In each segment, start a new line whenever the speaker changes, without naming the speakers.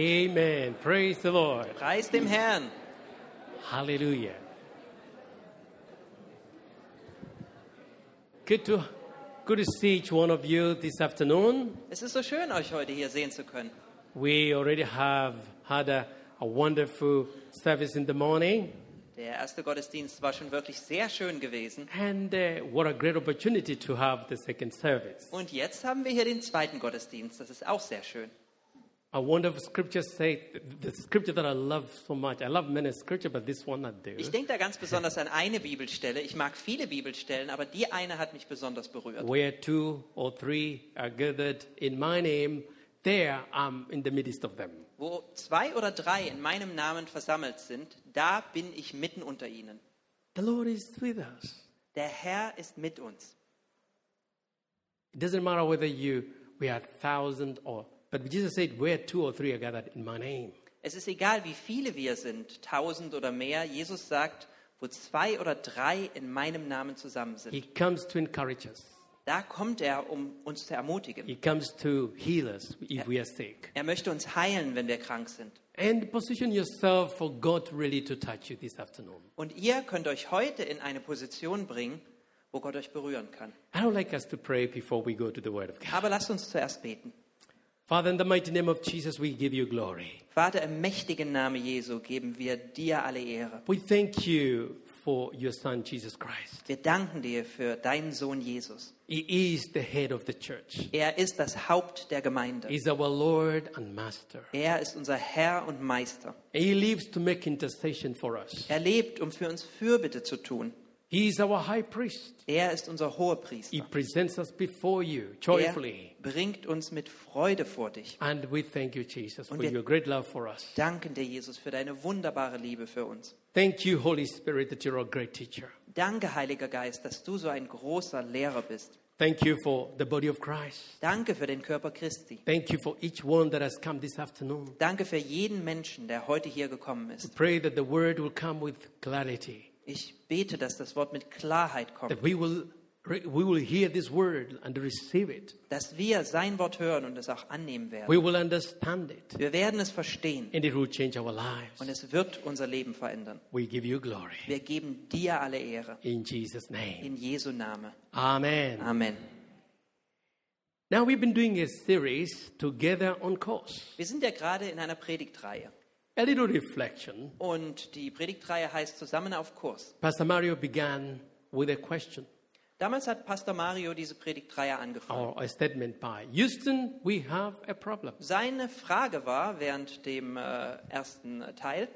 Amen. Praise the Lord.
Preis dem Herrn.
Hallelujah. Good to, good to see each one of you this afternoon.
Es ist so schön, euch heute hier sehen zu können.
We already have had a, a wonderful service in the morning,
Der erste Gottesdienst war schon wirklich sehr schön gewesen.
and uh, what a great opportunity to have the second service.
Und jetzt haben wir hier den zweiten Gottesdienst. Das ist auch sehr schön.
A wonderful scripture say the scripture that I love so much. I love many scripture, but this one I do.
Ich denke da ganz besonders an eine Bibelstelle. Ich mag viele Bibelstellen, aber die eine hat mich besonders berührt.
Where two or three are gathered in my name, there I'm in the midst of them.
Wo zwei oder drei in meinem Namen versammelt sind, da bin ich mitten unter ihnen.
The Lord is with us.
Der Herr ist mit uns.
It doesn't matter whether you we are thousand or but Jesus said, Where two or three are gathered in my name.
Es ist egal, wie viele wir sind, tausend oder mehr. Jesus sagt, wo zwei oder drei in meinem Namen zusammen sind.
He comes to encourage us.
Da kommt er, um uns zu ermutigen.
He comes to heal us if we are sick.
Er möchte uns heilen, wenn wir krank sind.
And position yourself for God really to touch you this afternoon.
Und ihr könnt euch heute in eine Position bringen, wo Gott euch berühren kann.
I would like us to pray before we go to the Word of God.
Aber lasst uns zuerst beten.
Father, in the mighty name of Jesus, we give you glory.
Vater, im mächtigen Namen Jesu geben wir dir alle Ehre.
We thank you for your Son, Jesus Christ.
Wir danken dir für deinen Sohn Jesus.
He is the head of the church,
Er ist das Haupt der Gemeinde.
He is our Lord and Master.
Er ist unser Herr und Meister.
He lives to make intercession for us.
Er lebt, um für uns Fürbitte zu tun.
He is our high priest.
Er ist unser
He
Hohepriester.
presents us before you
Er
joyfully.
bringt uns mit Freude vor dich.
And we thank you, Jesus, for
Und wir-
your great love for us.
Danken dir, Jesus, für deine wunderbare Liebe für uns.
Thank you, Holy Spirit, that you're a great teacher.
Danke, Heiliger Geist, dass du so ein großer Lehrer bist.
Thank you for the body of Christ.
Danke für den Körper Christi.
Thank you for each one that has come this afternoon.
Danke für jeden Menschen, der heute hier gekommen ist.
Pray that the word will come with clarity,
Ich bete, dass das Wort mit Klarheit kommt,
that we will, re- we will hear this word and receive it.
dass wir sein Wort hören und es auch annehmen werden.
We will understand it,
Wir werden es verstehen
and it will change our
und
lives.
es wird unser Leben verändern.
We give you glory.
Wir geben dir alle Ehre.
In Jesus' name.
In Jesu Name.
Amen.
Amen.
Now, we've been doing a series together on course.
Wir sind ja gerade in einer Predigtreihe.
A little reflection.
Und die Predigtreihe heißt Zusammen auf Kurs.
Pastor Mario began with a question
Damals hat Pastor Mario diese Predigtreihe angefangen.
or a statement by Houston, we have a problem.
Seine Frage war während dem äh, ersten Teil,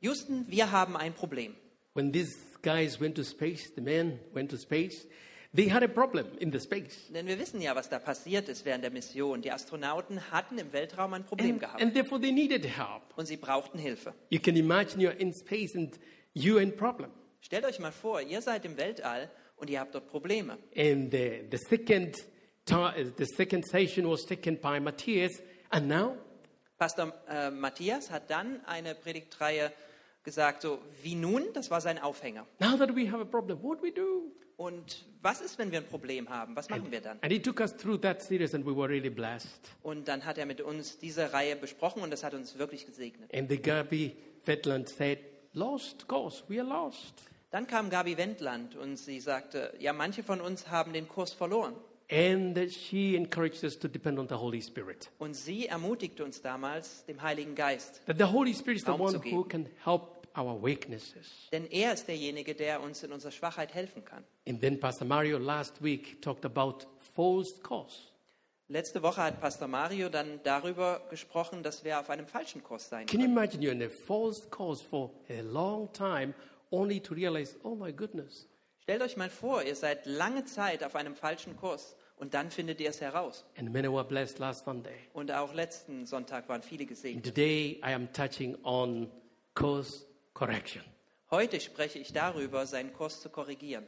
Houston, wir haben ein Problem.
When these guys went to space, the men went to space, they had a problem in the space.
Denn wir wissen ja, was da passiert ist während der Mission. Die Astronauten hatten im Weltraum ein Problem
And,
gehabt
and therefore, they needed help.
und sie brauchten Hilfe.
You can imagine you're in space and you're in problem.
Stellt euch mal vor, ihr seid im Weltall und ihr habt dort Probleme.
And the, the, second, ta- uh, the second session was taken by Matthias, and now
Pastor äh, Matthias hat dann eine Predigtreihe gesagt, so wie nun, das war sein Aufhänger.
now that we have a problem, what do we do?
Und was ist, wenn wir ein Problem haben? Was machen wir dann?
And he took us through that series, and we were really blessed.
Und dann hat er mit uns diese Reihe besprochen und das hat uns wirklich gesegnet.
And the Gabi Vetland said, Lost course, we are lost.
Dann kam Gabi Wendland und sie sagte, ja, manche von uns haben den Kurs verloren.
And she encouraged us to depend on the Holy Spirit.
Und sie ermutigte uns damals, dem Heiligen Geist.
That the Holy Spirit is the
Raum
one
zu
who
geben.
can help our weaknesses.
Denn er ist derjenige, der uns in unserer Schwachheit helfen kann.
And then Pastor Mario last week talked about false course.
Letzte Woche hat Pastor Mario dann darüber gesprochen, dass wir auf einem falschen Kurs sein
Can you
können.
imagine you're in a false course for a long time only to realize, oh my goodness,
Stellt euch mal vor, ihr seid lange Zeit auf einem falschen Kurs und dann findet ihr es heraus.
and many were blessed last Sunday.
Und auch letzten Sonntag waren viele
And
gesegnet.
today I am touching on course correction.
Heute spreche ich darüber, seinen Kurs zu korrigieren.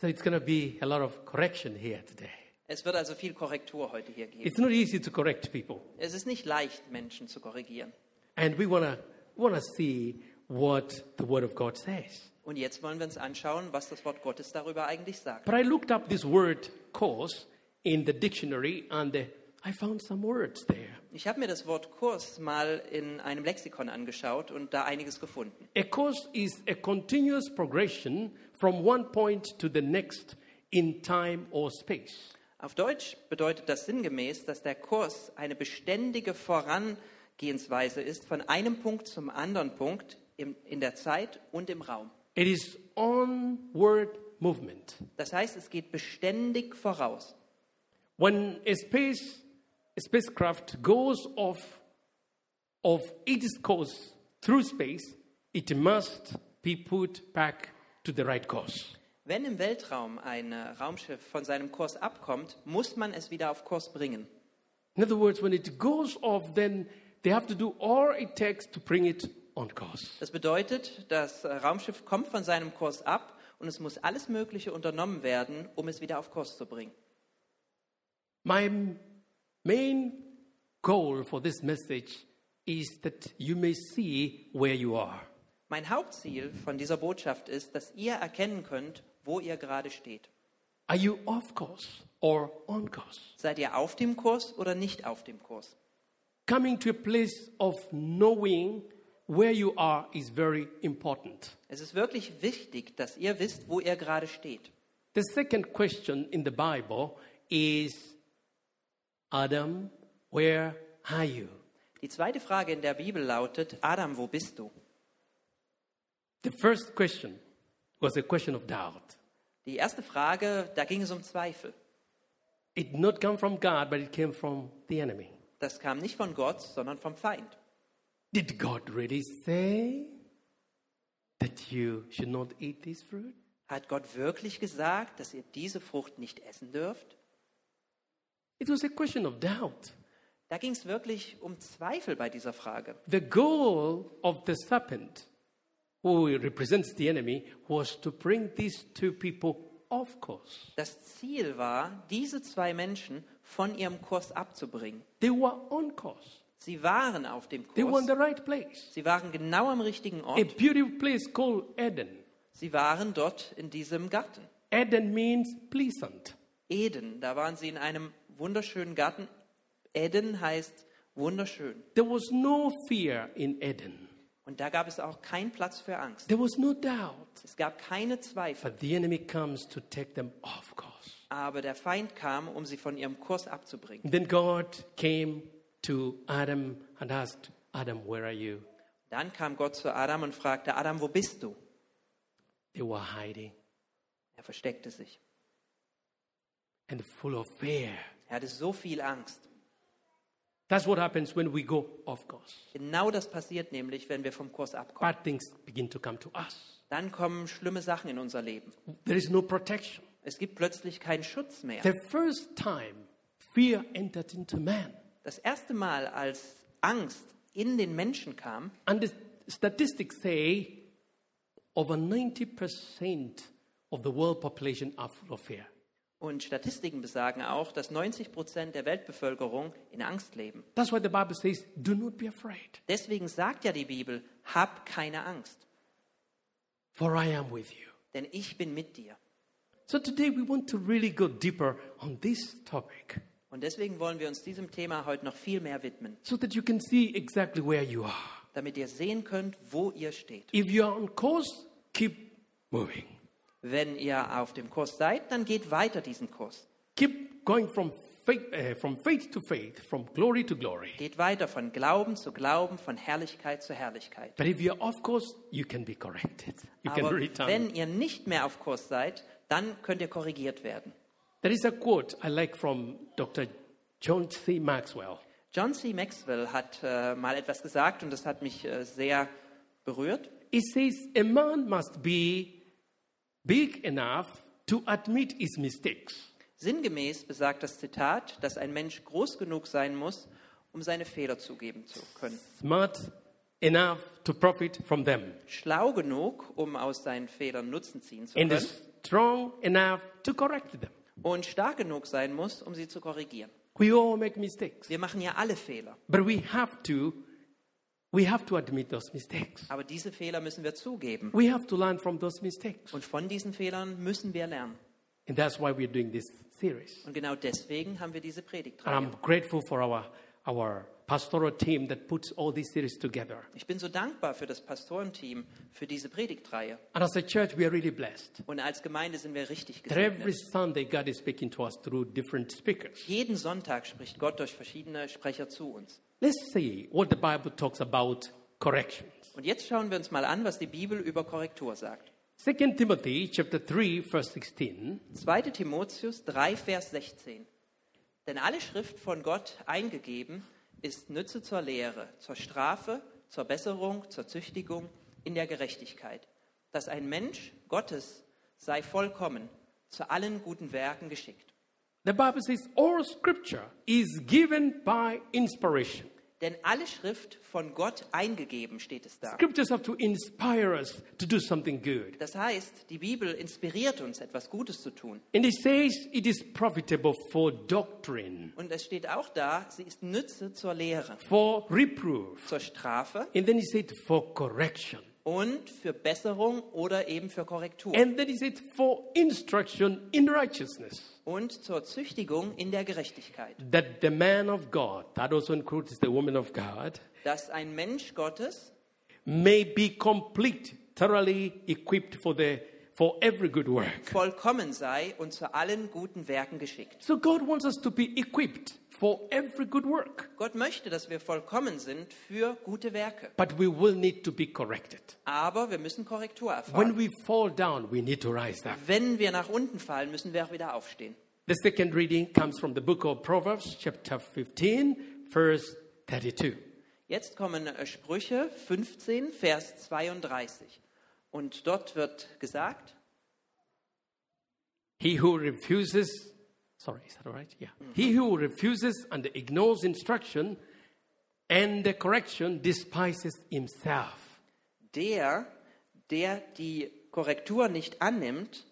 So it's going to be a lot of correction here today.
Es wird also viel Korrektur heute hier geben.
It's not easy to correct people.
Es ist nicht leicht, Menschen zu korrigieren.
And we want to want to see what the word of God says.
Und jetzt wollen wir uns anschauen, was das Wort Gottes darüber eigentlich sagt.
But I looked up this word course in the dictionary and uh, I found some words there.
Ich habe mir das Wort Kurs mal in einem Lexikon angeschaut und da einiges gefunden.
A course is a continuous progression from one point to the next in time or space.
Auf Deutsch bedeutet das sinngemäß, dass der Kurs eine beständige Vorangehensweise ist von einem Punkt zum anderen Punkt im, in der Zeit und im Raum.
It is onward movement.
Das heißt, es geht beständig voraus.
When a space a spacecraft goes off of its course through space, it must be put back to the right course.
Wenn im Weltraum ein äh, Raumschiff von seinem Kurs abkommt, muss man es wieder auf Kurs bringen.
In other words, when it goes off, then they have to do all it takes to bring it on course.
Das bedeutet, das äh, Raumschiff kommt von seinem Kurs ab und es muss alles Mögliche unternommen werden, um es wieder auf Kurs zu bringen.
My m- main goal for this message is that you may see where you are.
Mein Hauptziel von dieser Botschaft ist, dass ihr erkennen könnt, wo ihr gerade steht.
Are you off course or on course?
Seid ihr auf dem Kurs oder nicht auf dem Kurs?
Coming to a place of knowing where you are is very important.
Es ist wirklich wichtig, dass ihr wisst, wo ihr gerade steht.
The second question in the Bible is Adam, where are you?
Die zweite Frage in der Bibel lautet, Adam, wo bist du?
The first question was a question of doubt.
Die erste Frage, da ging es um Zweifel.
It did not come from God, but it came from the enemy.
Das kam nicht von Gott, sondern vom Feind.
Did God really say that you should not eat this fruit?
Hat Gott wirklich gesagt, dass ihr diese Frucht nicht essen dürft?
It was a question of doubt.
Da ging es wirklich um Zweifel bei dieser Frage.
The goal of the serpent, who represents the enemy, was to bring these two people off course.
Das Ziel war, diese zwei Menschen von ihrem Kurs abzubringen.
They were on course,
Sie waren auf dem
they were in
Kurs.
the right place.
Sie waren genau am richtigen
A
Ort.
beautiful place called Eden.
Sie waren dort in diesem Garten.
Eden means pleasant.
Eden, da waren sie in einem wunderschönen Garten. Eden heißt wunderschön.
There was no fear in Eden,
Und da gab es auch keinen Platz für Angst.
there was no doubt.
Es gab keine Zweifel.
But the enemy comes to take them off course.
Aber der Feind kam, um sie von ihrem Kurs abzubringen.
Then God came to Adam and asked, Adam, where are you?
Dann kam Gott zu Adam und fragte, Adam, wo bist du?
They were hiding
Er versteckte sich.
and full of fear.
Er hatte so viel Angst.
That's what happens when we go off course.
Genau das passiert nämlich, wenn wir vom Kurs abkommen.
Bad things begin to come to us.
Dann kommen schlimme Sachen in unser Leben.
There is no protection.
Es gibt plötzlich keinen Schutz mehr.
The first time fear entered into man,
Das erste Mal, als Angst in den Menschen kam,
and the statistics say over 90% of the world population are full of fear.
und Statistiken besagen auch, dass 90 Prozent der Weltbevölkerung in Angst leben.
That's why the Bible says, do not be afraid,
Deswegen sagt ja die Bibel, hab keine Angst,
for I am with you.
denn ich bin mit dir.
So today we want to really go deeper on this topic
Und deswegen wollen wir uns diesem Thema heute noch viel mehr widmen,
so that you can see exactly where you are.
damit ihr sehen könnt, wo ihr steht.
If you are on course, keep moving.
Wenn ihr auf dem Kurs seid, dann geht weiter diesen Kurs.
Keep going from faith, uh, from faith to faith, from glory to glory.
Geht weiter von Glauben zu Glauben, von Herrlichkeit zu Herrlichkeit.
But if you're off course, you can be corrected. You can
Aber
return.
wenn ihr nicht mehr auf Kurs seid, dann könnt ihr korrigiert werden.
There is a quote I like from Dr. John C. Maxwell.
John C. Maxwell hat äh, mal etwas gesagt und das hat mich äh, sehr berührt.
He says, A man must be big enough to admit his mistakes,
Sinngemäß besagt das Zitat, dass ein Mensch groß genug sein muss, um seine Fehler zugeben zu können.
smart enough to profit from them.
Schlau genug, um aus seinen Fehlern Nutzen ziehen zu
and
können.
is strong enough to correct them.
Und stark genug sein muss, um sie zu korrigieren.
We all make mistakes,
Wir machen ja alle Fehler.
but we have to we have to admit those mistakes.
Aber diese Fehler müssen wir zugeben.
We have to learn from those mistakes.
Und von diesen Fehlern müssen wir lernen.
And that's why we're doing this series.
Und genau deswegen haben wir diese Predigt.
And I'm grateful for our our pastoral team that puts all these series together.
Ich bin so dankbar für das Pastorenteam, für diese Predigtreihe.
And as a church, we are really blessed
Und als Gemeinde sind wir richtig
that every
gesegnet.
Sunday God is speaking to us through different speakers.
Jeden Sonntag spricht Gott durch verschiedene Sprecher zu uns.
Let's see what the Bible talks about corrections.
Und jetzt schauen wir uns mal an, was die Bibel über Korrektur sagt.
2 Timothy chapter 3 verse 16
2. Timotheus 3, Vers 16. Denn alle Schrift von Gott eingegeben ist Nütze zur Lehre, zur Strafe, zur Besserung, zur Züchtigung in der Gerechtigkeit, dass ein Mensch Gottes sei vollkommen, zu allen guten Werken geschickt.
the Bible says all scripture is given by inspiration.
Denn alle Schrift von Gott eingegeben steht es da.
Scriptures have to inspire us to do something good.
Das heißt, die Bibel inspiriert uns, etwas Gutes zu tun.
And it says it is profitable for doctrine,
Und es steht auch da, sie ist Nütze zur Lehre,
for reproof,
zur Strafe
and then he said for correction,
und für Besserung oder eben für Korrektur.
and then he said for instruction in righteousness,
und zur Züchtigung in der Gerechtigkeit,
that the man of God, that also includes the woman of God,
dass ein Mensch Gottes
may be complete, thoroughly equipped for the for every good work.
vollkommen sei und zu allen guten Werken geschickt.
So God wants us to be equipped for every good work,
Gott möchte, dass wir vollkommen sind für gute Werke,
but we will need to be corrected.
aber wir müssen Korrektur erfahren.
When we fall down, we need to rise up.
Wenn wir nach unten fallen, müssen wir auch wieder aufstehen.
The second reading comes from the book of Proverbs, chapter 15, verse 32.
Jetzt kommen äh, Sprüche 15, Vers 32. Und dort wird gesagt,
He who refuses, sorry, is that all right? Yeah. He who refuses and ignores instruction and the correction despises himself.
der, der die Korrektur nicht annimmt,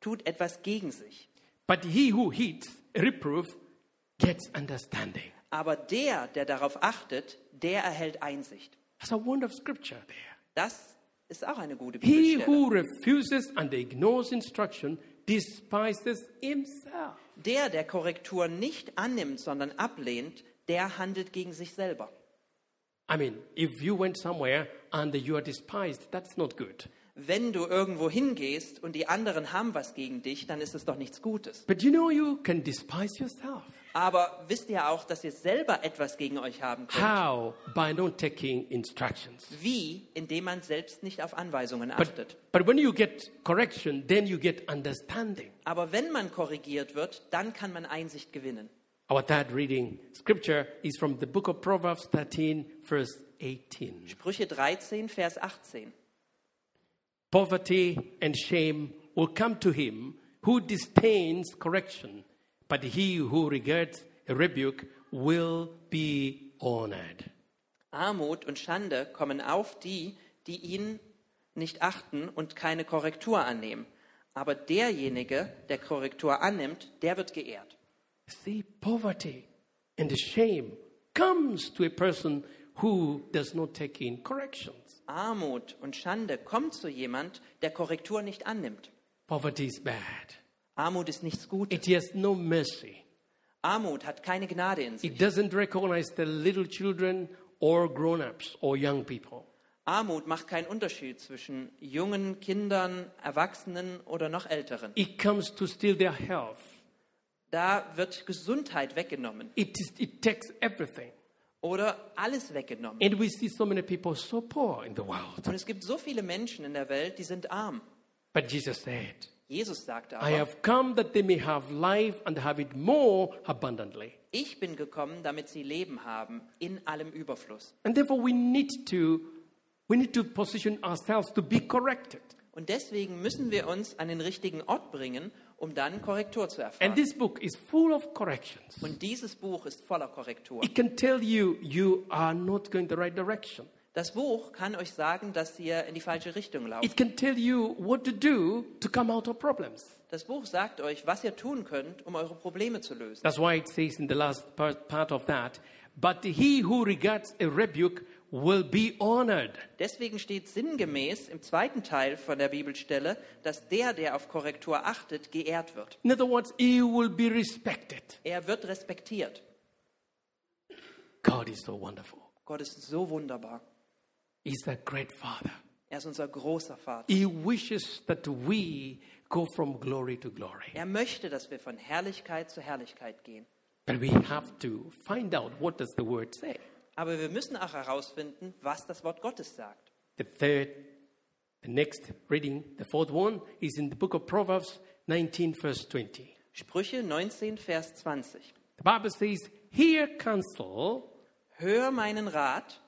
tut etwas gegen sich.
But he who heeds reproof gets understanding.
Aber der, der darauf achtet, der erhält Einsicht.
That's a word of scripture there.
Das ist auch eine gute
He
Bibelstelle.
who refuses and ignores instruction despises himself.
Der, der Korrektur nicht annimmt, sondern ablehnt, der handelt gegen sich selber.
I mean, if you went somewhere and you are despised, that's not good.
Wenn du irgendwo hingehst und die anderen haben was gegen dich, dann ist es doch nichts Gutes.
But you know, you can despise yourself.
Aber wisst ihr auch, dass ihr selber etwas gegen euch haben könnt?
How? By not taking instructions.
Wie? Indem man selbst nicht auf Anweisungen
But,
achtet.
but when you get correction, then you get understanding.
Aber wenn man korrigiert wird, dann kann man Einsicht gewinnen.
Our third reading scripture is from the book of Proverbs 13, verse 18.
Sprüche 13, Vers 18.
Poverty and shame will come to him who disdains correction, but he who regards a rebuke will be honored.
Armut und Schande kommen auf die, die ihn nicht achten und keine Korrektur annehmen. Aber derjenige, der Korrektur annimmt, der wird geehrt.
See, poverty and the shame comes to a person who does not take in corrections.
Armut und Schande kommt zu jemand, der Korrektur nicht annimmt.
Poverty is bad.
Armut ist nichts Gutes.
It has no mercy.
Armut hat keine Gnade in sich.
It doesn't recognize the little children or grown-ups or young people.
Armut macht keinen Unterschied zwischen jungen Kindern, Erwachsenen oder noch Älteren.
It comes to steal their health.
Da wird Gesundheit weggenommen
It, is, it takes everything.
oder alles weggenommen.
And we see so many people so poor in the world.
Und es gibt so viele Menschen in der Welt, die sind arm.
But Jesus said,
Jesus sagte
I
aber,
have come that they may have life and have it more abundantly.
Ich bin gekommen, damit sie Leben haben, in allem Überfluss.
And therefore we need to we need to position ourselves to be corrected.
Und deswegen müssen wir uns an den richtigen Ort bringen, um dann Korrektur zu
And
erfahren.
this book is full of corrections.
Und dieses Buch ist voller Korrektur.
It can tell you you are not going the right direction.
Das Buch kann euch sagen, dass ihr in die falsche Richtung lauft.
It can tell you what to do to come out of problems.
Das Buch sagt euch, was ihr tun könnt, um eure Probleme zu lösen.
That's why it says in the last part, part of that, but he who regards a rebuke will be honored.
Deswegen steht sinngemäß im zweiten Teil von der Bibelstelle, dass der, der auf Korrektur achtet, geehrt wird.
In other words, he will be respected.
Er wird respektiert.
God is so wonderful.
Gott ist so wunderbar.
He's a great Father.
Er ist unser großer Vater.
He wishes that we go from glory to glory.
Er möchte, dass wir von Herrlichkeit zu Herrlichkeit gehen.
But we have to find out what does the word say.
Aber wir müssen auch herausfinden, was das Wort Gottes sagt.
The third, the next reading, the fourth one is in the book of Proverbs 19, verse 20.
Sprüche 19, Vers 20.
The Bible says, Hear counsel,
Hör meinen Rat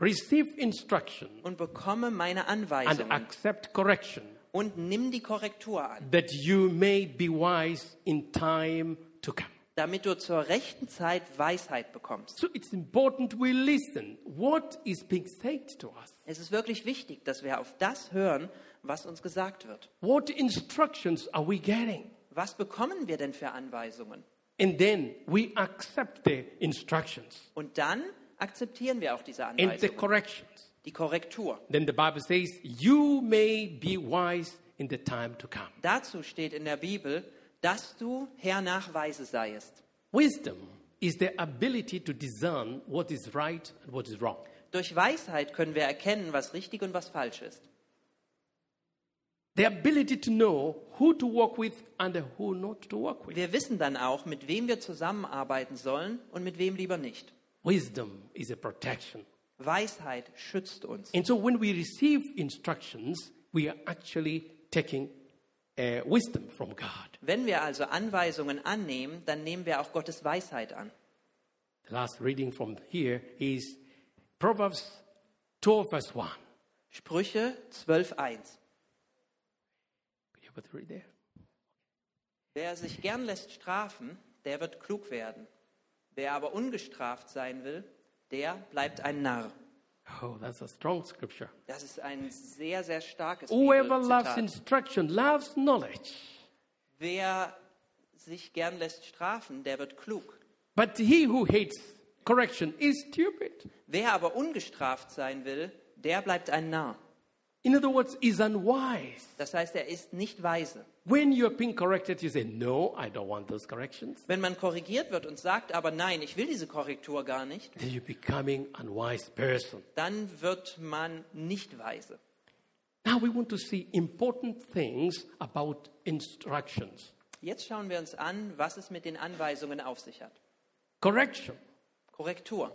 receive instruction,
und bekomme meine
and
Anweisungen
accept correction,
und nimm die Korrektur an,
that you may be wise in time to come.
damit du zur rechten Zeit Weisheit bekommst.
So it's important we listen what is being said to us.
Es ist wirklich wichtig, dass wir auf das hören, was uns gesagt wird.
What instructions are we getting?
Was bekommen wir denn für Anweisungen?
And then we accept the instructions
Und dann akzeptieren wir auch diese
and the
Anweisungen,
corrections.
die Korrektur.
Then the Bible says, You may be wise in the time to come.
Dazu steht in der Bibel, dass du hernach weise seiest.
Wisdom is the ability to discern what is right and what is wrong.
Durch Weisheit können wir erkennen, was richtig und was falsch ist.
The ability to know who to work with and who not to work with.
Wir wissen dann auch, mit wem wir zusammenarbeiten sollen und mit wem lieber nicht.
Wisdom is a protection.
Weisheit schützt uns.
And so when we receive instructions, we are actually taking uh, wisdom from God.
Wenn wir also Anweisungen annehmen, dann nehmen wir auch Gottes Weisheit an.
The last reading from here is Proverbs 12, verse 1.
Sprüche 12.1.
Could you put the read there?
Wer sich gern lässt strafen, der wird klug werden. Wer aber ungestraft sein will, der bleibt ein Narr.
Oh, that's a strong scripture.
Das ist ein sehr, sehr starkes
Whoever loves
Bibelzitat.
instruction loves knowledge,
Wer sich gern lässt strafen, der wird klug.
but he who hates correction is stupid.
Wer aber ungestraft sein will, der bleibt ein Narr.
In other words, is unwise.
Das heißt, er ist nicht weise.
When you're being corrected, you say, No, I don't want those corrections.
Wenn man korrigiert wird und sagt, aber nein, ich will diese Korrektur gar nicht,
Then you're becoming unwise person.
dann wird man nicht weise.
Now we want to see important things about instructions.
Jetzt schauen wir uns an, was es mit den Anweisungen auf sich hat.
Correction
Korrektur.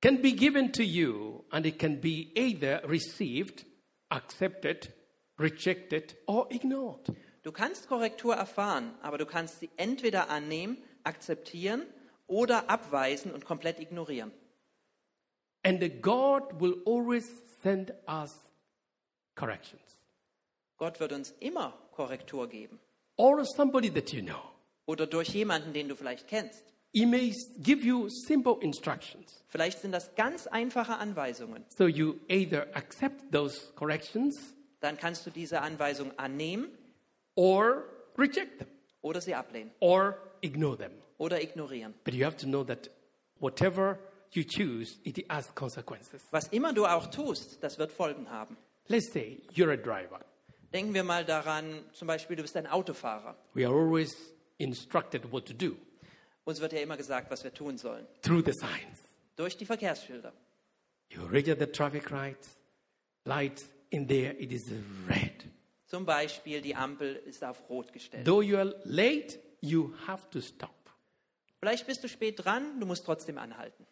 can be given to you, and it can be either received, accepted, rejected, or ignored.
Du kannst Korrektur erfahren, aber du kannst sie entweder annehmen, akzeptieren oder abweisen und komplett ignorieren.
And the God will always send us corrections.
Gott wird uns immer Korrektur geben.
Or somebody that you know.
Oder durch jemanden, den du vielleicht kennst.
He may give you simple instructions.
Vielleicht sind das ganz einfache Anweisungen.
So you either accept those corrections
Dann kannst du diese Anweisung annehmen
or reject them
oder sie ablehnen
or ignore them.
oder ignorieren.
But you have to know that whatever you choose, it has consequences.
Was immer du auch tust, das wird Folgen haben.
Let's say you're a driver.
Denken wir mal daran, zum Beispiel, du bist ein Autofahrer.
We are always instructed what to do
Uns wird ja immer gesagt, was wir tun sollen.
through the signs.
Durch die Verkehrsschilder.
You read at the traffic lights, lights in there, it is red.
Zum Beispiel, die Ampel ist auf Rot gestellt.
Though you are late, you have to stop.
Vielleicht bist du spät dran, du musst trotzdem anhalten.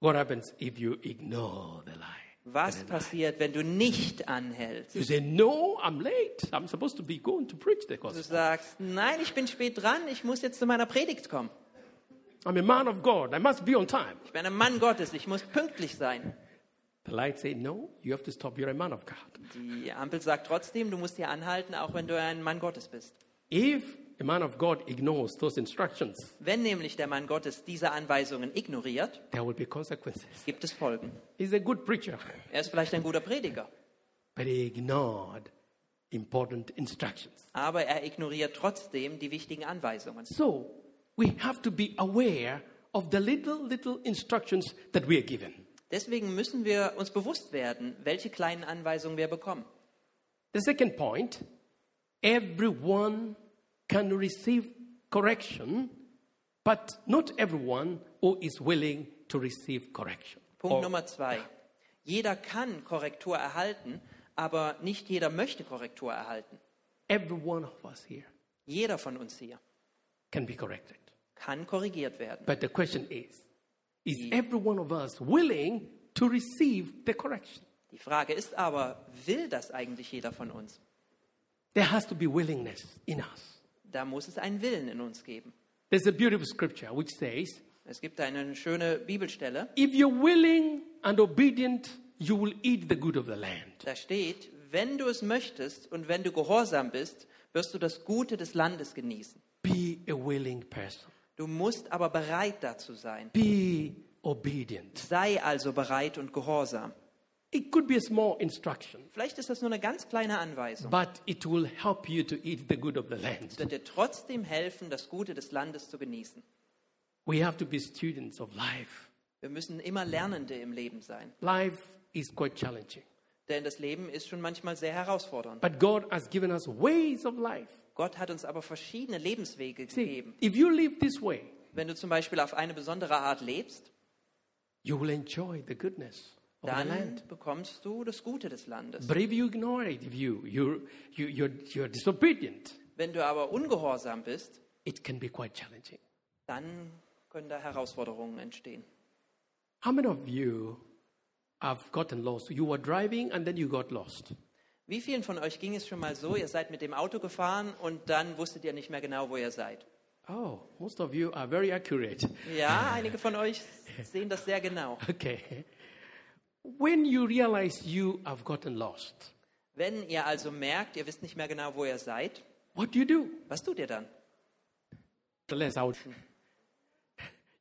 What happens if you ignore the light?
Was passiert, wenn du nicht anhältst?
You say, No, I'm late. I'm supposed to be going to preach the
Du
gospel.
sagst, nein, ich bin spät dran, ich muss jetzt zu meiner Predigt kommen.
I'm a man of God. I must be on time.
Ich bin ein Mann Gottes, ich muss pünktlich sein.
The light say, No, you have to stop. You're a man of God.
Die Ampel sagt trotzdem, du musst hier anhalten, auch wenn du ein Mann Gottes bist.
If a man of God ignores those instructions,
Wenn nämlich der Mann Gottes diese Anweisungen ignoriert,
there will be consequences.
gibt es Folgen.
He's a good preacher,
Er ist vielleicht ein guter Prediger,
but he ignored important instructions.
aber er ignoriert trotzdem die wichtigen Anweisungen.
So we have to be aware of the little, little instructions that we are given.
Deswegen müssen wir uns bewusst werden, welche kleinen Anweisungen wir bekommen.
The second point everyone can receive correction, but not everyone who is willing to receive correction.
Punkt
Or-
Nummer zwei. Jeder kann Korrektur erhalten, aber nicht jeder möchte Korrektur erhalten.
Every one of us here
Jeder von uns hier
can be corrected.
kann korrigiert werden.
But the question is is every one of us willing to receive the correction?
Die Frage ist aber, will das eigentlich jeder von uns?
There has to be willingness in us.
Da muss es einen Willen in uns geben.
There's a beautiful scripture which says,
Es gibt eine schöne Bibelstelle,
If you're willing and obedient, you will eat the good of the land.
da steht, wenn du es möchtest und wenn du gehorsam bist, wirst du das Gute des Landes genießen.
Be a willing person,
Du musst aber bereit dazu sein.
be obedient.
Sei also bereit und gehorsam.
It could be a small instruction,
Vielleicht ist das nur eine ganz kleine Anweisung.
but it will help you to eat the good of the land.
Es wird dir trotzdem helfen, das Gute des Landes zu genießen.
We have to be students of life.
Wir müssen immer Lernende im Leben sein,
Life is quite challenging,
denn das Leben ist schon manchmal sehr herausfordernd.
but God has given us ways of life.
Gott hat uns aber verschiedene Lebenswege
See,
gegeben.
if you live this way,
Wenn du zum Beispiel auf eine besondere Art lebst,
you will enjoy the goodness of the land.
dann bekommst du das Gute des Landes.
But if you ignore it, if you, you, you, you're, you're disobedient,
Wenn du aber ungehorsam bist,
it can be quite challenging.
dann können da Herausforderungen entstehen.
How many of you have gotten lost? You were driving and then you got lost.
Wie vielen von euch ging es schon mal so, ihr seid mit dem Auto gefahren und dann wusstet ihr nicht mehr genau, wo ihr seid?
Oh, most of you are very accurate.
Ja, einige von euch sehen das sehr genau.
Okay. When you realize you have gotten lost,
Wenn ihr also merkt, ihr wisst nicht mehr genau, wo ihr seid,
what do you do?
was tut ihr dann?
The less out.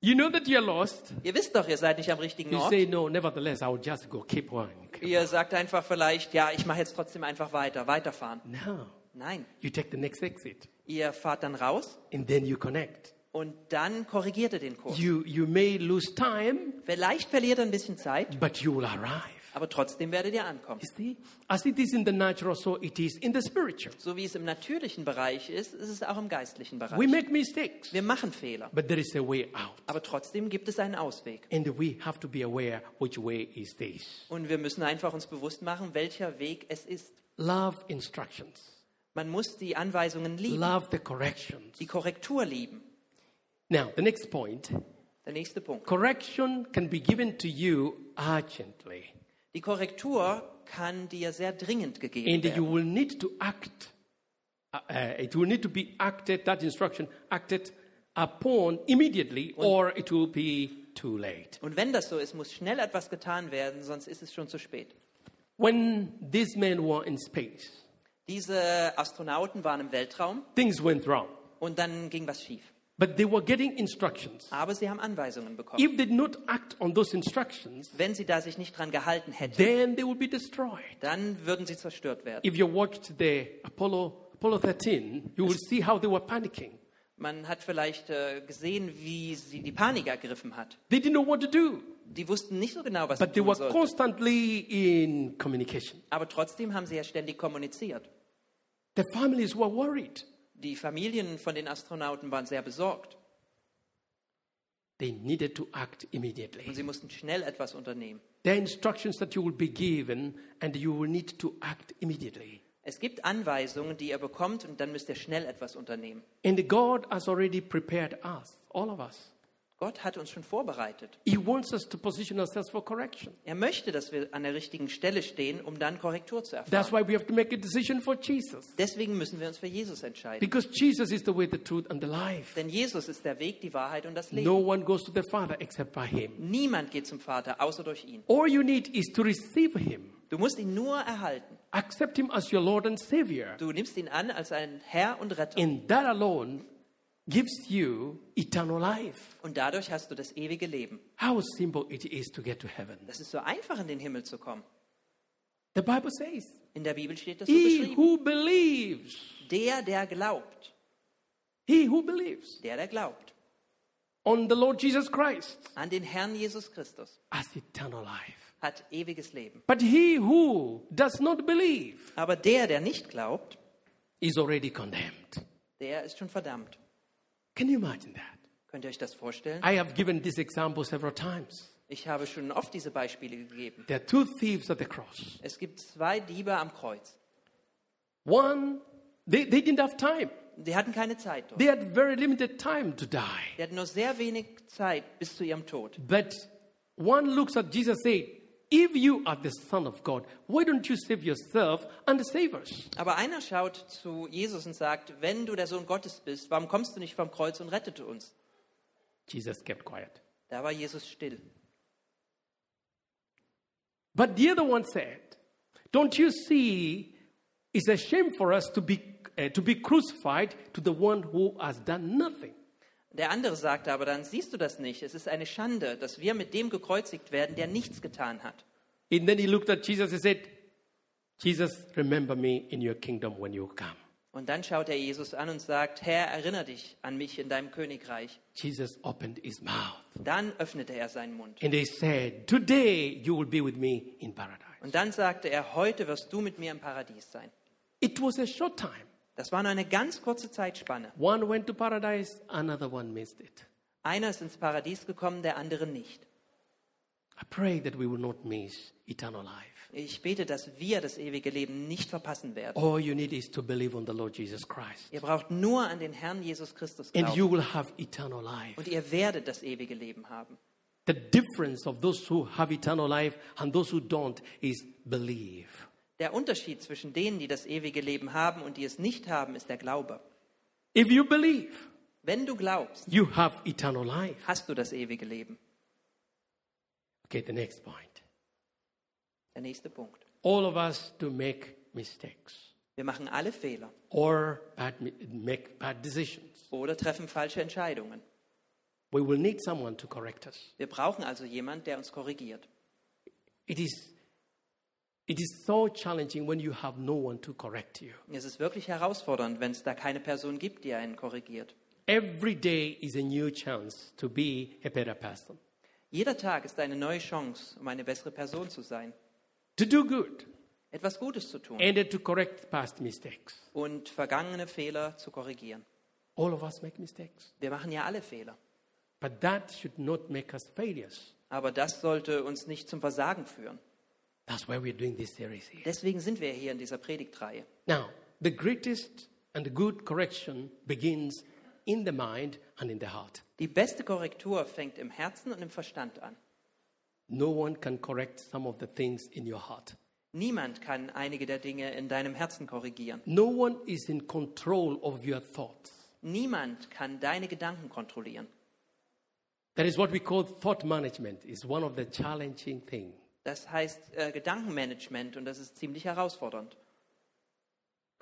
You know that you're lost.
Ihr wisst doch, ihr seid nicht am richtigen
You
Ort.
say, no, nevertheless, I'll just go keep going.
Ihr sagt einfach vielleicht, ja, ich mache jetzt trotzdem einfach weiter, weiterfahren.
No.
Nein,
You take the next exit
ihr fahrt dann raus
and then you connect.
und dann korrigiert ihr den Kurs.
You, you may lose time,
Vielleicht verliert ihr ein bisschen Zeit,
but you will arrive.
aber trotzdem werdet ihr ankommen.
You see, as it is in the natural, so it is in the spiritual.
So wie es im natürlichen Bereich ist, ist es auch im geistlichen Bereich.
We make mistakes,
Wir machen Fehler,
but there is a way out.
aber trotzdem gibt es einen Ausweg.
And we have to be aware which way is this.
Und wir müssen einfach uns bewusst machen, welcher Weg es ist.
Love instructions,
Man muss die Anweisungen lieben,
love the corrections.
die Korrektur lieben.
Now, the next point
Der nächste Punkt.
correction can be given to you urgently,
Die Korrektur kann dir sehr dringend gegeben
and you
werden.
will need to act. Uh, uh, it will need to be acted, that instruction acted upon immediately, or it will be too late.
Und wenn das so ist, muss schnell etwas getan werden, sonst ist es schon zu spät.
When these men were in space,
Diese Astronauten waren im Weltraum
things went wrong,
und dann ging was schief.
but they were getting instructions.
Aber sie haben Anweisungen bekommen.
If they did not act on those instructions,
Wenn sie da sich nicht dran gehalten hätten,
then they would be destroyed.
dann würden sie zerstört werden.
If you watched the Apollo, Apollo 13, you will see how they were panicking.
Man hat vielleicht äh, gesehen, wie sie die Panik ergriffen hat.
They didn't know what to do,
Die wussten nicht so genau, was sie
but they were
tun sollten.
constantly in communication.
Aber trotzdem haben sie ja ständig kommuniziert.
The families were worried.
Die Familien von den Astronauten waren sehr besorgt
They needed to act
und
immediately.
sie mussten schnell etwas unternehmen.
There are instructions that you will be given, and you will need to act immediately.
Es gibt Anweisungen, die ihr bekommt und dann müsst ihr schnell etwas unternehmen.
And God has already prepared us, all of us.
Gott hat uns schon vorbereitet.
He wants us to position ourselves for correction.
Er möchte, dass wir an der richtigen Stelle stehen, um dann Korrektur zu erfahren.
That's why we have to make a decision for Jesus.
Deswegen müssen wir uns für Jesus entscheiden.
Because Jesus is the way, the truth, and the life.
Denn Jesus ist der Weg, die Wahrheit und das Leben.
No one goes to the Father except by Him.
Niemand geht zum Vater, außer durch ihn.
All you need is to receive Him,
Du musst ihn nur erhalten.
accept Him as your Lord and Savior.
Du nimmst ihn an als einen Herr und Retter.
And that alone gives you eternal life.
Und dadurch hast du das ewige Leben.
How simple it is to get to heaven.
Das ist so einfach, in den Himmel zu kommen.
The Bible says,
In der Bibel steht das so
He
beschrieben.
who believes,
Der, der glaubt,
he who believes
der, der glaubt
on the Lord Jesus Christ
an den Herrn Jesus Christus,
has eternal life.
hat ewiges Leben.
But he who does not believe
Aber der, der nicht glaubt,
is already condemned.
der ist schon verdammt.
Can you imagine that?
Könnt ihr euch das vorstellen?
I have given this example several times.
Ich habe schon oft diese Beispiele gegeben.
There are two thieves at the cross.
Es gibt zwei Diebe am Kreuz.
One, they, they didn't have time.
Die hatten keine Zeit dort.
They had very limited time to die.
Die hatten nur sehr wenig Zeit bis zu ihrem Tod.
But one looks at Jesus saying, If you are the Son of God, why don't you save yourself and save us?
Aber einer schaut zu Jesus und sagt, wenn du der Sohn Gottes bist, warum kommst du nicht vom Kreuz und rettete uns?
Jesus kept quiet.
Da war Jesus still.
But the other one said, Don't you see, it's a shame for us to be, uh, to be crucified to the one who has done nothing.
Der andere sagte aber dann, siehst du das nicht? Es ist eine Schande, dass wir mit dem gekreuzigt werden, der nichts getan hat.
And then he looked at Jesus and said, Jesus, remember me in your kingdom when you come.
Und dann schaut er Jesus an und sagt, Herr, erinnere dich an mich in deinem Königreich.
Jesus opened his mouth
Dann öffnete er seinen Mund.
and they said, Today you will be with me in paradise.
Und dann sagte er, heute wirst du mit mir im Paradies sein.
It was a short time.
Das war nur eine ganz kurze Zeitspanne.
One went to paradise, another one missed it.
Einer ist ins Paradies gekommen, der andere nicht.
I pray that we will not miss eternal life.
Ich bete, dass wir das ewige Leben nicht verpassen werden.
All you need is to believe on the Lord Jesus Christ,
Ihr braucht nur an den Herrn Jesus Christus
and you
glauben.
will have eternal life.
Und ihr werdet das ewige Leben haben.
The difference of those who have eternal life and those who don't is believe.
Der Unterschied zwischen denen, die das ewige Leben haben und die es nicht haben, ist der Glaube.
If you believe,
Wenn du glaubst,
you have eternal life.
hast du das ewige Leben.
Okay, the next point.
Der nächste Punkt.
All of us do make mistakes
Wir machen alle Fehler
or bad, mi- make bad decisions.
oder treffen falsche Entscheidungen.
We will need someone to correct us.
Wir brauchen also jemanden, der uns korrigiert.
It is, it is so challenging when you have no one to correct you.
Es ist wirklich herausfordernd, wenn es da keine Person gibt, die einen korrigiert.
Every day is a new chance to be a better person,
Jeder Tag ist eine neue Chance, um eine bessere Person zu sein,
to do good,
etwas Gutes zu tun
and to correct past mistakes.
und vergangene Fehler zu korrigieren.
All of us make mistakes,
Wir machen ja alle Fehler,
but that should not make us failures.
aber das sollte uns nicht zum Versagen führen.
That's why we're doing this series here.
Deswegen sind wir hier in dieser Predigtreihe.
Now, the greatest and good correction begins in the mind and in the heart.
Die beste Korrektur fängt im Herzen und im Verstand an.
No one can correct some of the things in your heart.
Niemand kann einige der Dinge in deinem Herzen korrigieren.
No one is in control of your thoughts.
Niemand kann deine Gedanken kontrollieren.
That is what we call thought management. It's one of the challenging things.
Das heißt äh, Gedankenmanagement und das ist ziemlich herausfordernd.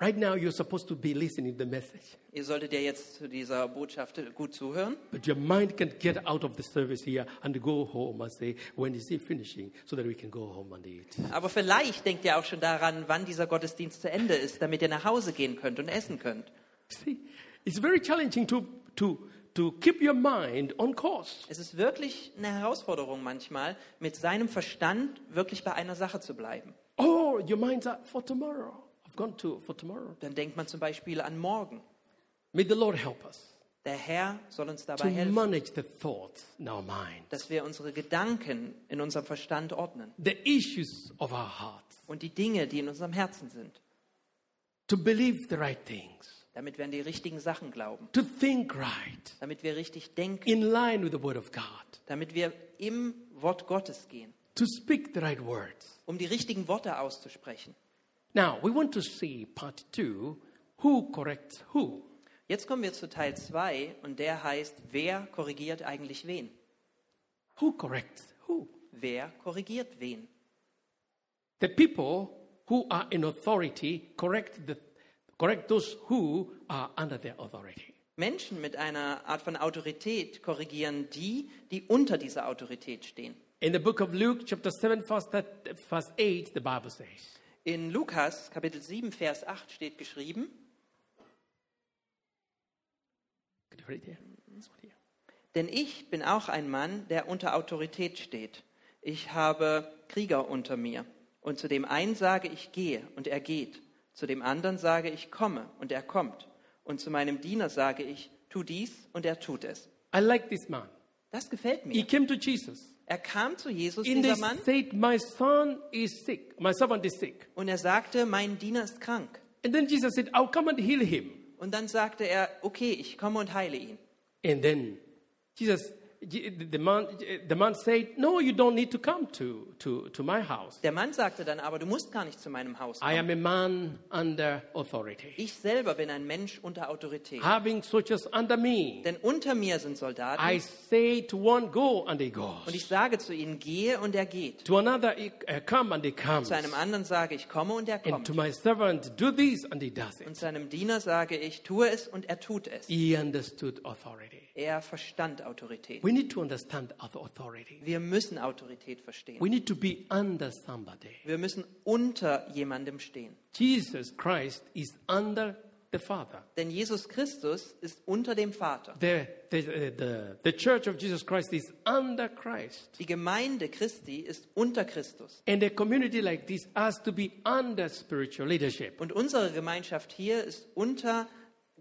Right now, you're supposed to be listening to the message,
Ihr solltet ja jetzt zu dieser Botschaft gut zuhören,
but your mind can get out of the service here and go home and say, when is it finishing, so that we can go home and eat.
aber vielleicht denkt ihr auch schon daran, wann dieser Gottesdienst zu Ende ist, damit ihr nach Hause gehen könnt und essen könnt.
See, it's very challenging to, to, to keep your mind on course.
Es ist wirklich eine Herausforderung manchmal, mit seinem Verstand wirklich bei einer Sache zu bleiben.
Oh, your mind's up for tomorrow. I've gone to for tomorrow.
Dann denkt man zum Beispiel an morgen.
May the Lord help us
Der Herr soll uns dabei
to
helfen,
manage the thoughts in our mind,
dass wir unsere Gedanken in unserem Verstand ordnen
the issues of our hearts,
und die Dinge, die in unserem Herzen sind.
to believe the right things,
Damit wir an die richtigen Sachen glauben,
to think right,
damit wir richtig denken,
in line with the Word of God,
damit wir im Wort Gottes gehen,
to speak the right words.
um die richtigen Worte auszusprechen.
Now, we want to see part two who corrects who.
Jetzt kommen wir zu Teil 2 und der heißt, wer korrigiert eigentlich wen?
Who corrects who?
Wer korrigiert wen?
The people who are in authority correct, the, correct those who are under their authority.
Menschen mit einer Art von Autorität korrigieren die, die unter dieser Autorität stehen.
In the book of Luke, chapter 7, verse, that, verse 8, the Bible says,
In Lukas Kapitel 7 Vers 8 steht geschrieben,
Could you read here? This one here.
Denn ich bin auch ein Mann, der unter Autorität steht. Ich habe Krieger unter mir. Und zu dem einen sage ich gehe und er geht. Zu dem anderen sage ich komme und er kommt. Und zu meinem Diener sage ich tu dies und er tut es.
I like this man.
Das gefällt
He
mir.
came to Jesus.
Er kam zu Jesus,
In
dieser
this
Mann,
state, my son is sick. My servant is sick.
und er sagte, mein Diener ist krank.
And then Jesus said, I'll come and heal him.
Und dann sagte er, okay, ich komme und heile ihn.
And then Jesus, the man, the man said, No, you don't need to come to, to, to my house.
Der Mann sagte dann aber, du musst gar nicht zu meinem Haus
I
kommen.
am a man under authority.
Ich selber bin ein Mensch unter Autorität.
Having soldiers under me,
Denn unter mir sind Soldaten
I say to one, Go, and he goes.
und ich sage zu ihnen, gehe und er geht.
To another, uh, come, and he comes.
Zu einem anderen sage ich, komme und er
And
kommt.
to my servant, do this, and he does
Und
it.
seinem Diener sage ich, tue es und er tut es.
He understood authority.
Er verstand Autorität.
We need to understand our authority.
Wir müssen Autorität verstehen.
We need to be under somebody.
Wir müssen unter jemandem stehen.
Jesus Christ is under the Father.
Denn Jesus Christus ist unter dem Vater.
The, the, uh, the, the church of Jesus Christ is under Christ.
Die Gemeinde Christi ist unter Christus.
And a community like this has to be under spiritual leadership.
Und unsere Gemeinschaft hier ist unter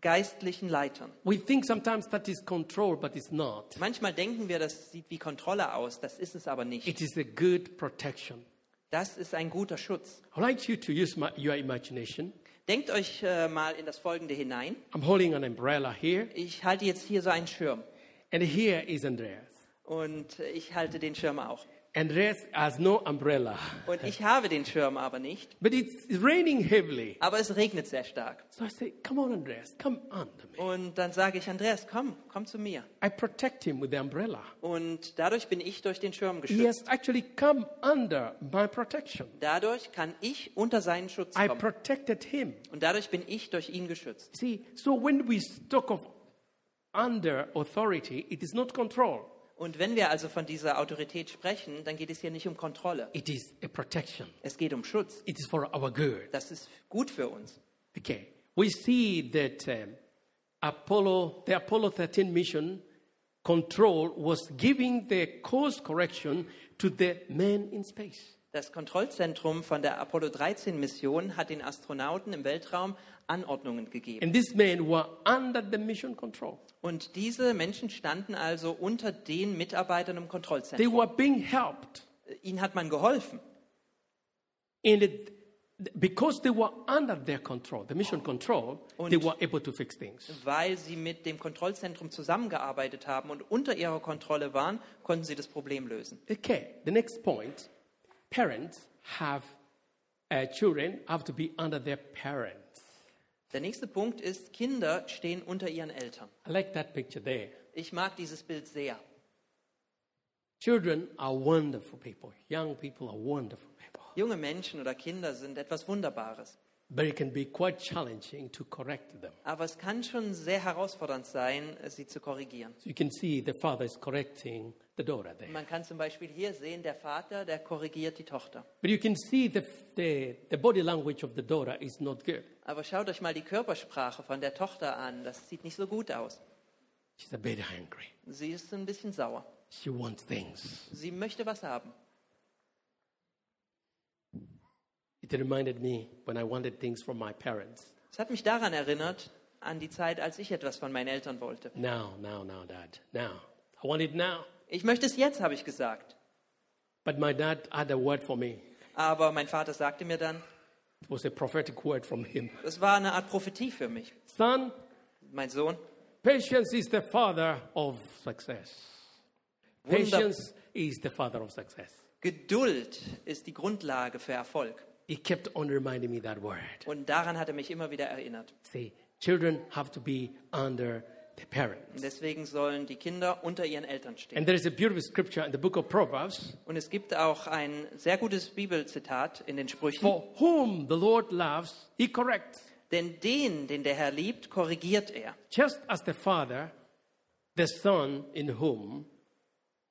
geistlichen Leitern.
We think sometimes that is control, but it's not.
Manchmal denken wir, das sieht wie Kontrolle aus. Das ist es aber nicht.
It is a good protection.
Das ist ein guter Schutz.
I'd like you to use my, your imagination.
Denkt euch äh, mal in das Folgende hinein.
I'm holding an umbrella here,
Ich halte jetzt hier so einen Schirm.
and here is Andreas.
Und ich halte den Schirm auch.
Andreas has no umbrella,
Und ich habe den Schirm aber nicht.
but it's raining heavily.
Aber es regnet sehr stark.
So I say, Come on, Andreas, come under me.
Und dann sage ich, Andreas, komm, komm zu mir.
I protect him with the umbrella.
Und dadurch bin ich durch den Schirm
He
geschützt.
has actually come under my protection.
Dadurch kann ich unter seinen Schutz
I
kommen.
protected him.
Und dadurch bin ich durch ihn geschützt.
See, so when we talk of under authority, it is not control,
Und wenn wir also von dieser Autorität sprechen, dann geht es hier nicht um Kontrolle.
it is a protection.
Es geht um Schutz.
It is for our good.
Das ist gut für uns.
Okay, we see that um, Apollo, the Apollo 13 mission, control was giving the course correction to the men in space.
Das Kontrollzentrum von der Apollo 13 Mission hat den Astronauten im Weltraum Anordnungen gegeben.
And these men were under the mission control.
Und diese Menschen standen also unter den Mitarbeitern im Kontrollzentrum.
They were being helped.
Ihnen hat man geholfen.
And it, because they were under their control, the mission control,
Und-
they were able to fix things.
Weil sie mit dem Kontrollzentrum zusammengearbeitet haben und unter ihrer Kontrolle waren, konnten sie das Problem lösen.
Okay, the next point parents have, uh, children have to be under their parents.
Der nächste Punkt ist, Kinder stehen unter ihren Eltern.
I like that picture there.
Ich mag dieses Bild sehr.
Children are wonderful people. Young people are wonderful people.
Junge Menschen oder Kinder sind etwas Wunderbares.
But it can be quite challenging to correct them.
Aber es kann schon sehr herausfordernd sein, sie zu korrigieren.
So you can see the father is correcting the daughter there.
Man kann zum Beispiel hier sehen, der Vater, der korrigiert die Tochter.
But you can see the, the, the body language of the daughter is not good.
Aber schaut euch mal die Körpersprache von der Tochter an. Das sieht nicht so gut aus.
She's a bit angry.
Sie ist ein bisschen sauer.
She wants things.
Sie möchte was haben.
It reminded me when I wanted things from my parents.
Es hat mich daran erinnert, an die Zeit, als ich etwas von meinen Eltern wollte.
Now, now, now, dad, now. I want it now.
Ich möchte es jetzt, habe ich gesagt.
But my dad had a word for me.
Aber mein Vater sagte mir dann,
It was a prophetic word from him.
das war eine Art Prophetie für mich.
Son,
Mein Sohn,
patience is the father of success.
Wunder,
Patience is the father of success.
Geduld ist die Grundlage für Erfolg.
He kept on reminding me that word.
Und daran hat er mich immer wieder erinnert.
See, children have to be under the
Und
parents.
deswegen sollen die Kinder unter ihren Eltern stehen.
And there is a beautiful scripture in the book of Proverbs
Und es gibt auch ein sehr gutes Bibelzitat in den Sprüchen.
For whom the Lord loves, he corrects.
Denn den, den der Herr liebt, korrigiert er.
just as the Father, the Son in whom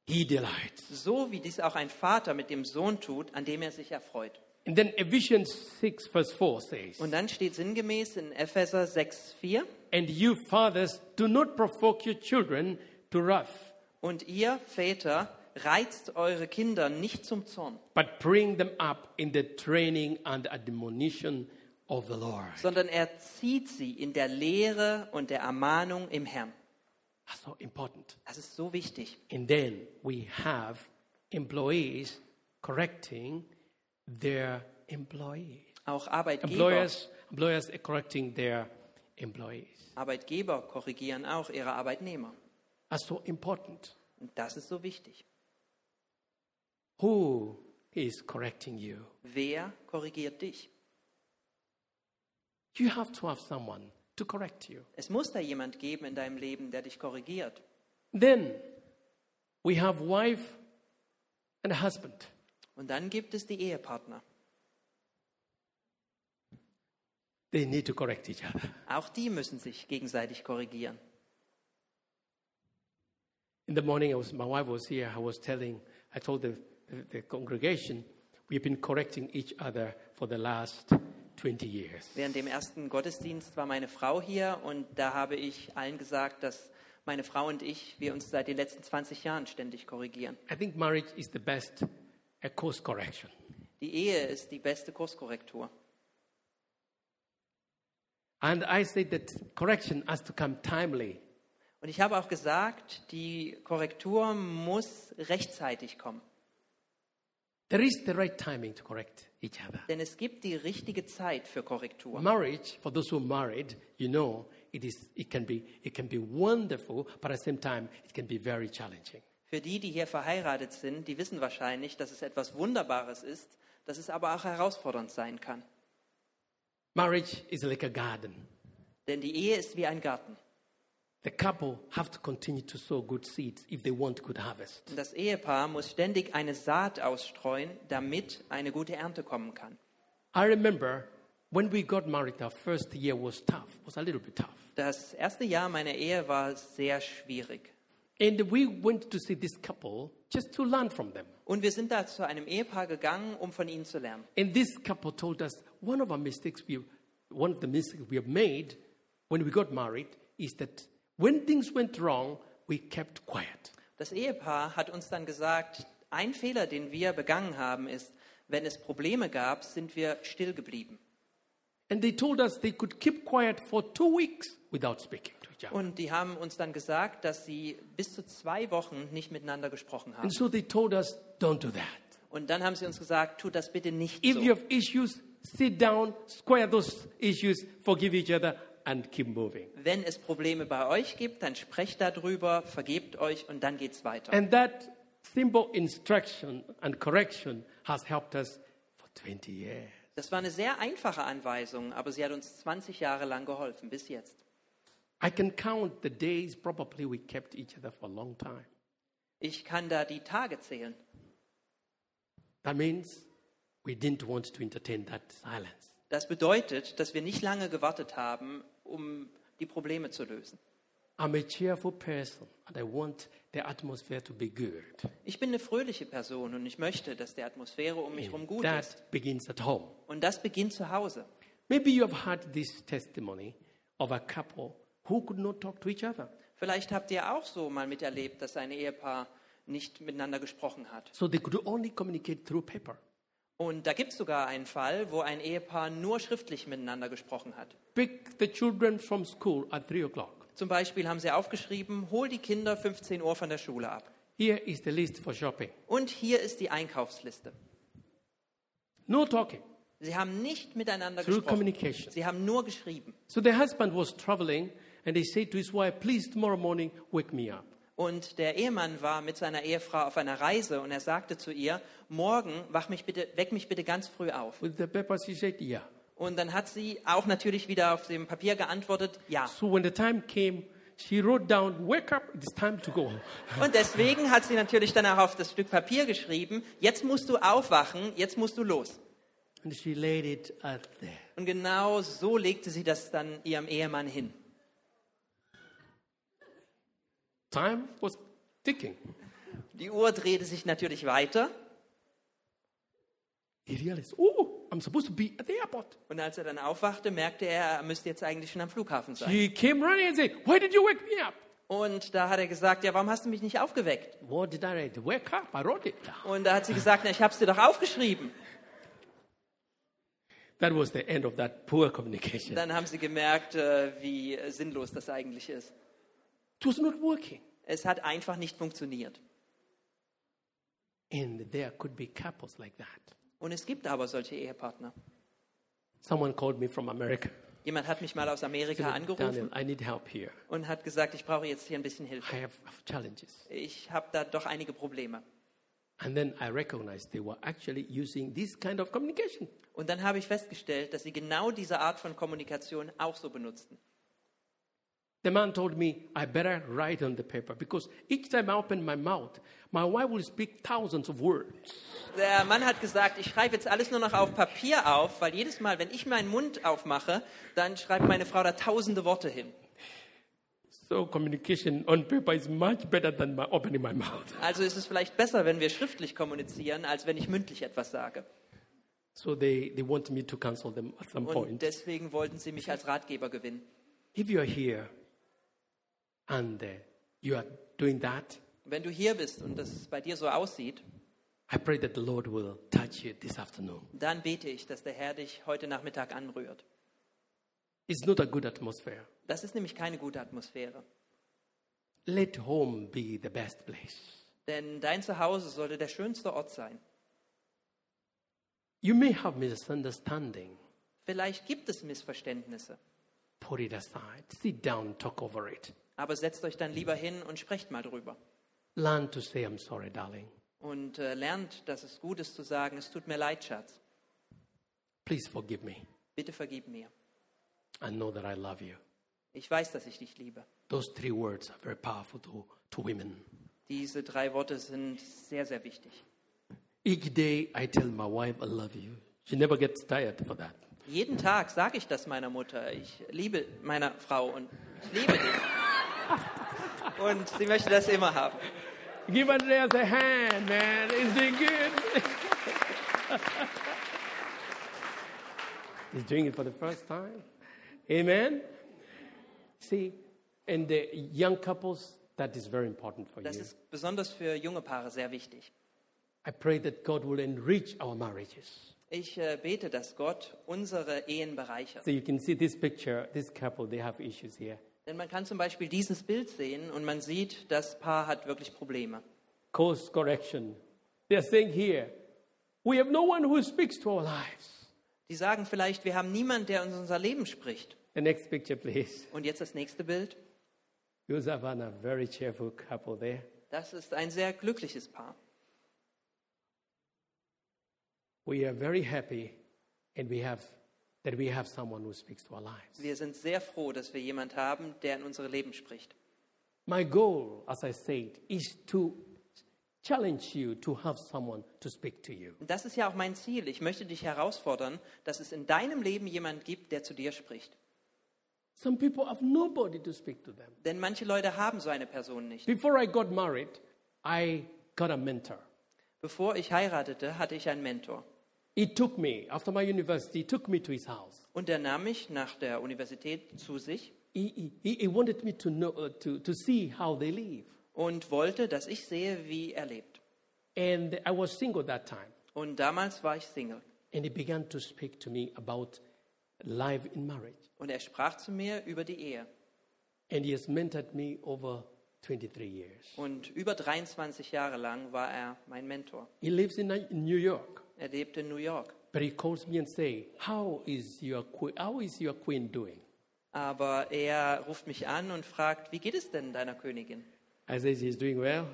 he delights.
So wie dies auch ein Vater mit dem Sohn tut, an dem er sich erfreut.
And then Ephesians 6, verse 4 says,
Und dann steht sinngemäß in Epheser 6,4:
And you fathers, do not provoke your children to wrath,
Und ihr Väter reizt eure Kinder nicht zum Zorn,
but bring them up in the training and admonition of the Lord.
sondern erzieht sie in der Lehre und der Ermahnung im Herrn.
That's so important.
Das ist so wichtig.
And then we have employees correcting their employees.
Auch Arbeitgeber,
Employers, employers are correcting their employees.
Arbeitgeber korrigieren auch ihre Arbeitnehmer.
That's so important.
Und das ist so wichtig.
Who is correcting you?
Wer korrigiert dich?
You have to have someone to correct you.
Es muss da jemand geben in deinem Leben, der dich korrigiert.
Then we have wife and husband.
Und dann gibt es die Ehepartner.
They need to correct each other.
Auch die müssen sich gegenseitig korrigieren.
In the morning, I was, my wife was here. I was telling, I told the, the, the congregation, we've been correcting each other for the last 20 years.
Während dem ersten Gottesdienst war meine Frau hier und da habe ich allen gesagt, dass meine Frau und ich, wir uns seit den letzten 20 Jahren ständig korrigieren.
I think marriage is the best a course correction.
Die Ehe ist die beste Kurskorrektur.
And I say that correction has to come timely.
Und ich habe auch gesagt, die Korrektur muss rechtzeitig kommen.
There is the right timing to correct each other.
Denn es gibt die richtige Zeit für Korrektur.
Marriage, for those who are married, you know, it, is, it, can be, it can be wonderful, but at the same time, it can be very challenging.
Für die, die hier verheiratet sind, die wissen wahrscheinlich, dass es etwas Wunderbares ist, dass es aber auch herausfordernd sein kann.
Marriage is like a garden.
Denn die Ehe ist wie ein Garten.
The couple have to continue to sow good seeds if they want good harvest.
Und das Ehepaar muss ständig eine Saat ausstreuen, damit eine gute Ernte kommen kann.
I remember when we got married, our first year was tough, was a little bit tough.
Das erste Jahr meiner Ehe war sehr schwierig.
And we went to see this couple just to learn from them.
Und wir sind da zu einem Ehepaar gegangen, um von ihnen zu lernen.
And this couple told us one of our mistakes we one of the mistakes we have made when we got married is that when things went wrong, we kept quiet.
Das Ehepaar hat uns dann gesagt, ein Fehler, den wir begangen haben, ist, wenn es Probleme gab, sind wir still geblieben.
And they told us they could keep quiet for two weeks without speaking to each other.
Und die haben uns dann gesagt, dass sie bis zu zwei Wochen nicht miteinander gesprochen
And
haben.
so they told us, don't do that.
Und dann haben sie uns gesagt, tut das bitte nicht
If you
so.
have issues, sit down, square those issues, forgive each other, and keep moving.
Wenn es Probleme bei euch gibt, dann sprecht darüber, vergebt euch und dann geht's weiter.
And that simple instruction and correction has helped us for 20 years.
Das war eine sehr einfache Anweisung, aber sie hat uns 20 Jahre lang geholfen, bis jetzt.
I can count the days probably we kept each other for a long time.
Ich kann da die Tage zählen.
That means we didn't want to entertain that silence.
Das bedeutet, dass wir nicht lange gewartet haben, um die Probleme zu lösen.
I'm a cheerful person and I want the atmosphere to be good.
Ich bin eine fröhliche Person und ich möchte, dass die Atmosphäre um mich herum gut ist.
That begins at home.
Und das beginnt zu Hause.
Maybe you have heard this testimony of a couple who could not talk to each other.
Vielleicht habt ihr auch so mal miterlebt, dass ein Ehepaar nicht miteinander gesprochen hat.
So they could only communicate through paper.
Und da gibt es sogar einen Fall, wo ein Ehepaar nur schriftlich miteinander gesprochen hat.
Pick the children from school at 3 o'clock.
Zum Beispiel haben sie aufgeschrieben, hol die Kinder 15 Uhr von der Schule ab.
Here is the list for shopping.
Und hier ist die Einkaufsliste.
No talking,
Sie haben nicht miteinander
through
gesprochen.
communication.
Sie haben nur geschrieben.
So the husband was traveling and he said to his wife, Please, tomorrow morning, wake me up.
Und der Ehemann war mit seiner Ehefrau auf einer Reise und er sagte zu ihr, morgen wach mich bitte, weck mich bitte ganz früh auf.
With the paper, she said, Yeah.
Und dann hat sie auch natürlich wieder auf dem Papier geantwortet, ja.
So when the time came, she wrote down, Wake up, it's time to go.
Und deswegen hat sie natürlich dann auch auf das Stück Papier geschrieben, jetzt musst du aufwachen, jetzt musst du los.
And she laid it out there.
Und genau so legte sie das dann ihrem Ehemann hin.
Time was ticking.
Die Uhr drehte sich natürlich weiter
He realized, Oh, I'm supposed to be at the airport.
und als er dann aufwachte, merkte er, er müsste jetzt eigentlich schon am Flughafen sein.
He came running and said, Why did you wake me up?
Und da hat er gesagt, ja, warum hast du mich nicht aufgeweckt?
What did I write? Wake up, I wrote it down.
Und da hat sie gesagt, na, ich hab's dir doch aufgeschrieben.
That was the end of that poor communication.
Dann haben sie gemerkt, äh, wie sinnlos das eigentlich ist.
It was not working.
Es hat einfach nicht funktioniert.
And there could be couples like that.
Und es gibt aber solche Ehepartner.
Someone called me from America.
Jemand hat mich mal aus Amerika
Daniel,
angerufen
I need help here.
und hat gesagt, ich brauche jetzt hier ein bisschen Hilfe.
I have challenges.
Ich habe da doch einige Probleme.
And then I recognized they were actually using this kind of communication.
Und dann habe ich festgestellt, dass sie genau diese Art von Kommunikation auch so benutzten.
The man told me I better write on the paper because each time I open my mouth, my wife will speak thousands of words.
Der Mann hat gesagt, ich schreibe jetzt alles nur noch auf Papier auf, weil jedes Mal, wenn ich meinen Mund aufmache, dann schreibt meine Frau da tausende Worte hin.
So communication on paper is much better than my opening my mouth.
Also ist es vielleicht besser, wenn wir schriftlich kommunizieren, als wenn ich mündlich etwas sage.
So they, they want me to cancel them at some
Und
point.
deswegen wollten sie mich als Ratgeber gewinnen.
If you're here and uh, you are doing that,
Wenn du hier bist und das bei dir so aussieht,
I pray that the Lord will touch you this afternoon.
dann bete ich, dass der Herr dich heute Nachmittag anrührt.
It's not a good atmosphere.
Das ist nämlich keine gute Atmosphäre.
Let home be the best place.
Denn dein Zuhause sollte der schönste Ort sein.
You may have misunderstanding.
Vielleicht gibt es Missverständnisse,
Put it aside. Sit down, talk over it.
aber setzt euch dann lieber hin und sprecht mal drüber.
Learn to say, I'm sorry, darling.
Und äh, lernt, dass es gut ist zu sagen, es tut mir leid, Schatz.
Please forgive me.
Bitte vergib mir.
I know that I love you.
Ich weiß, dass ich dich liebe.
Those three words are very powerful to, to women.
Diese drei Worte sind sehr, sehr wichtig.
Each day I tell my wife, I love you. She never gets tired for that.
Jeden Tag sage ich das meiner Mutter. Ich liebe meiner Frau und ich liebe dich. Und sie möchte das immer haben.
Give Andreas a hand, man. He's doing good. He's doing it for the first time. Amen. See, and the young couples, that is very important for
Das
you.
ist besonders für junge Paare sehr wichtig.
I pray that God will enrich our marriages.
Ich äh, bete, dass Gott unsere Ehen bereichert.
So you can see this picture, this couple, they have issues here.
Denn man kann zum Beispiel dieses Bild sehen und man sieht, das Paar hat wirklich Probleme.
Course correction. They're saying here, we have no one who speaks to our lives.
Die sagen vielleicht, wir haben niemanden, der uns unser Leben spricht.
The next picture, please.
Und jetzt das nächste Bild.
Joseph and a very cheerful couple there.
Das ist ein sehr glückliches Paar.
We are very happy and we have that we have someone who speaks to our lives.
Wir sind sehr froh, dass wir jemanden haben, der in unsere Leben spricht.
My goal, as I said, is to challenge you to have someone to speak to you.
Und das ist ja auch mein Ziel. Ich möchte dich herausfordern, dass es in deinem Leben jemanden gibt, der zu dir spricht.
Some people have nobody to speak to them.
Denn manche Leute haben so eine Person nicht.
Before I got married, I got a mentor.
Bevor ich heiratete, hatte ich einen Mentor.
He took me after my university, he took me to his house.
Und er nahm mich nach der Universität zu sich
He, he, he wanted me to know uh, to, to see how they live.
und wollte, dass ich sehe, wie er lebt.
And I was single that time.
Und damals war ich Single.
And he began to speak to me about life in marriage.
Und er sprach zu mir über die Ehe.
And he has mentored me over 23 years.
Und über 23 Jahre lang war er mein Mentor.
He lives in Ni- in New York,
Er lebte in New York.
but he calls me and say, "How is your que- how is your queen doing?"
Aber er ruft mich an und fragt, wie geht es denn deiner Königin?
I say she's doing well.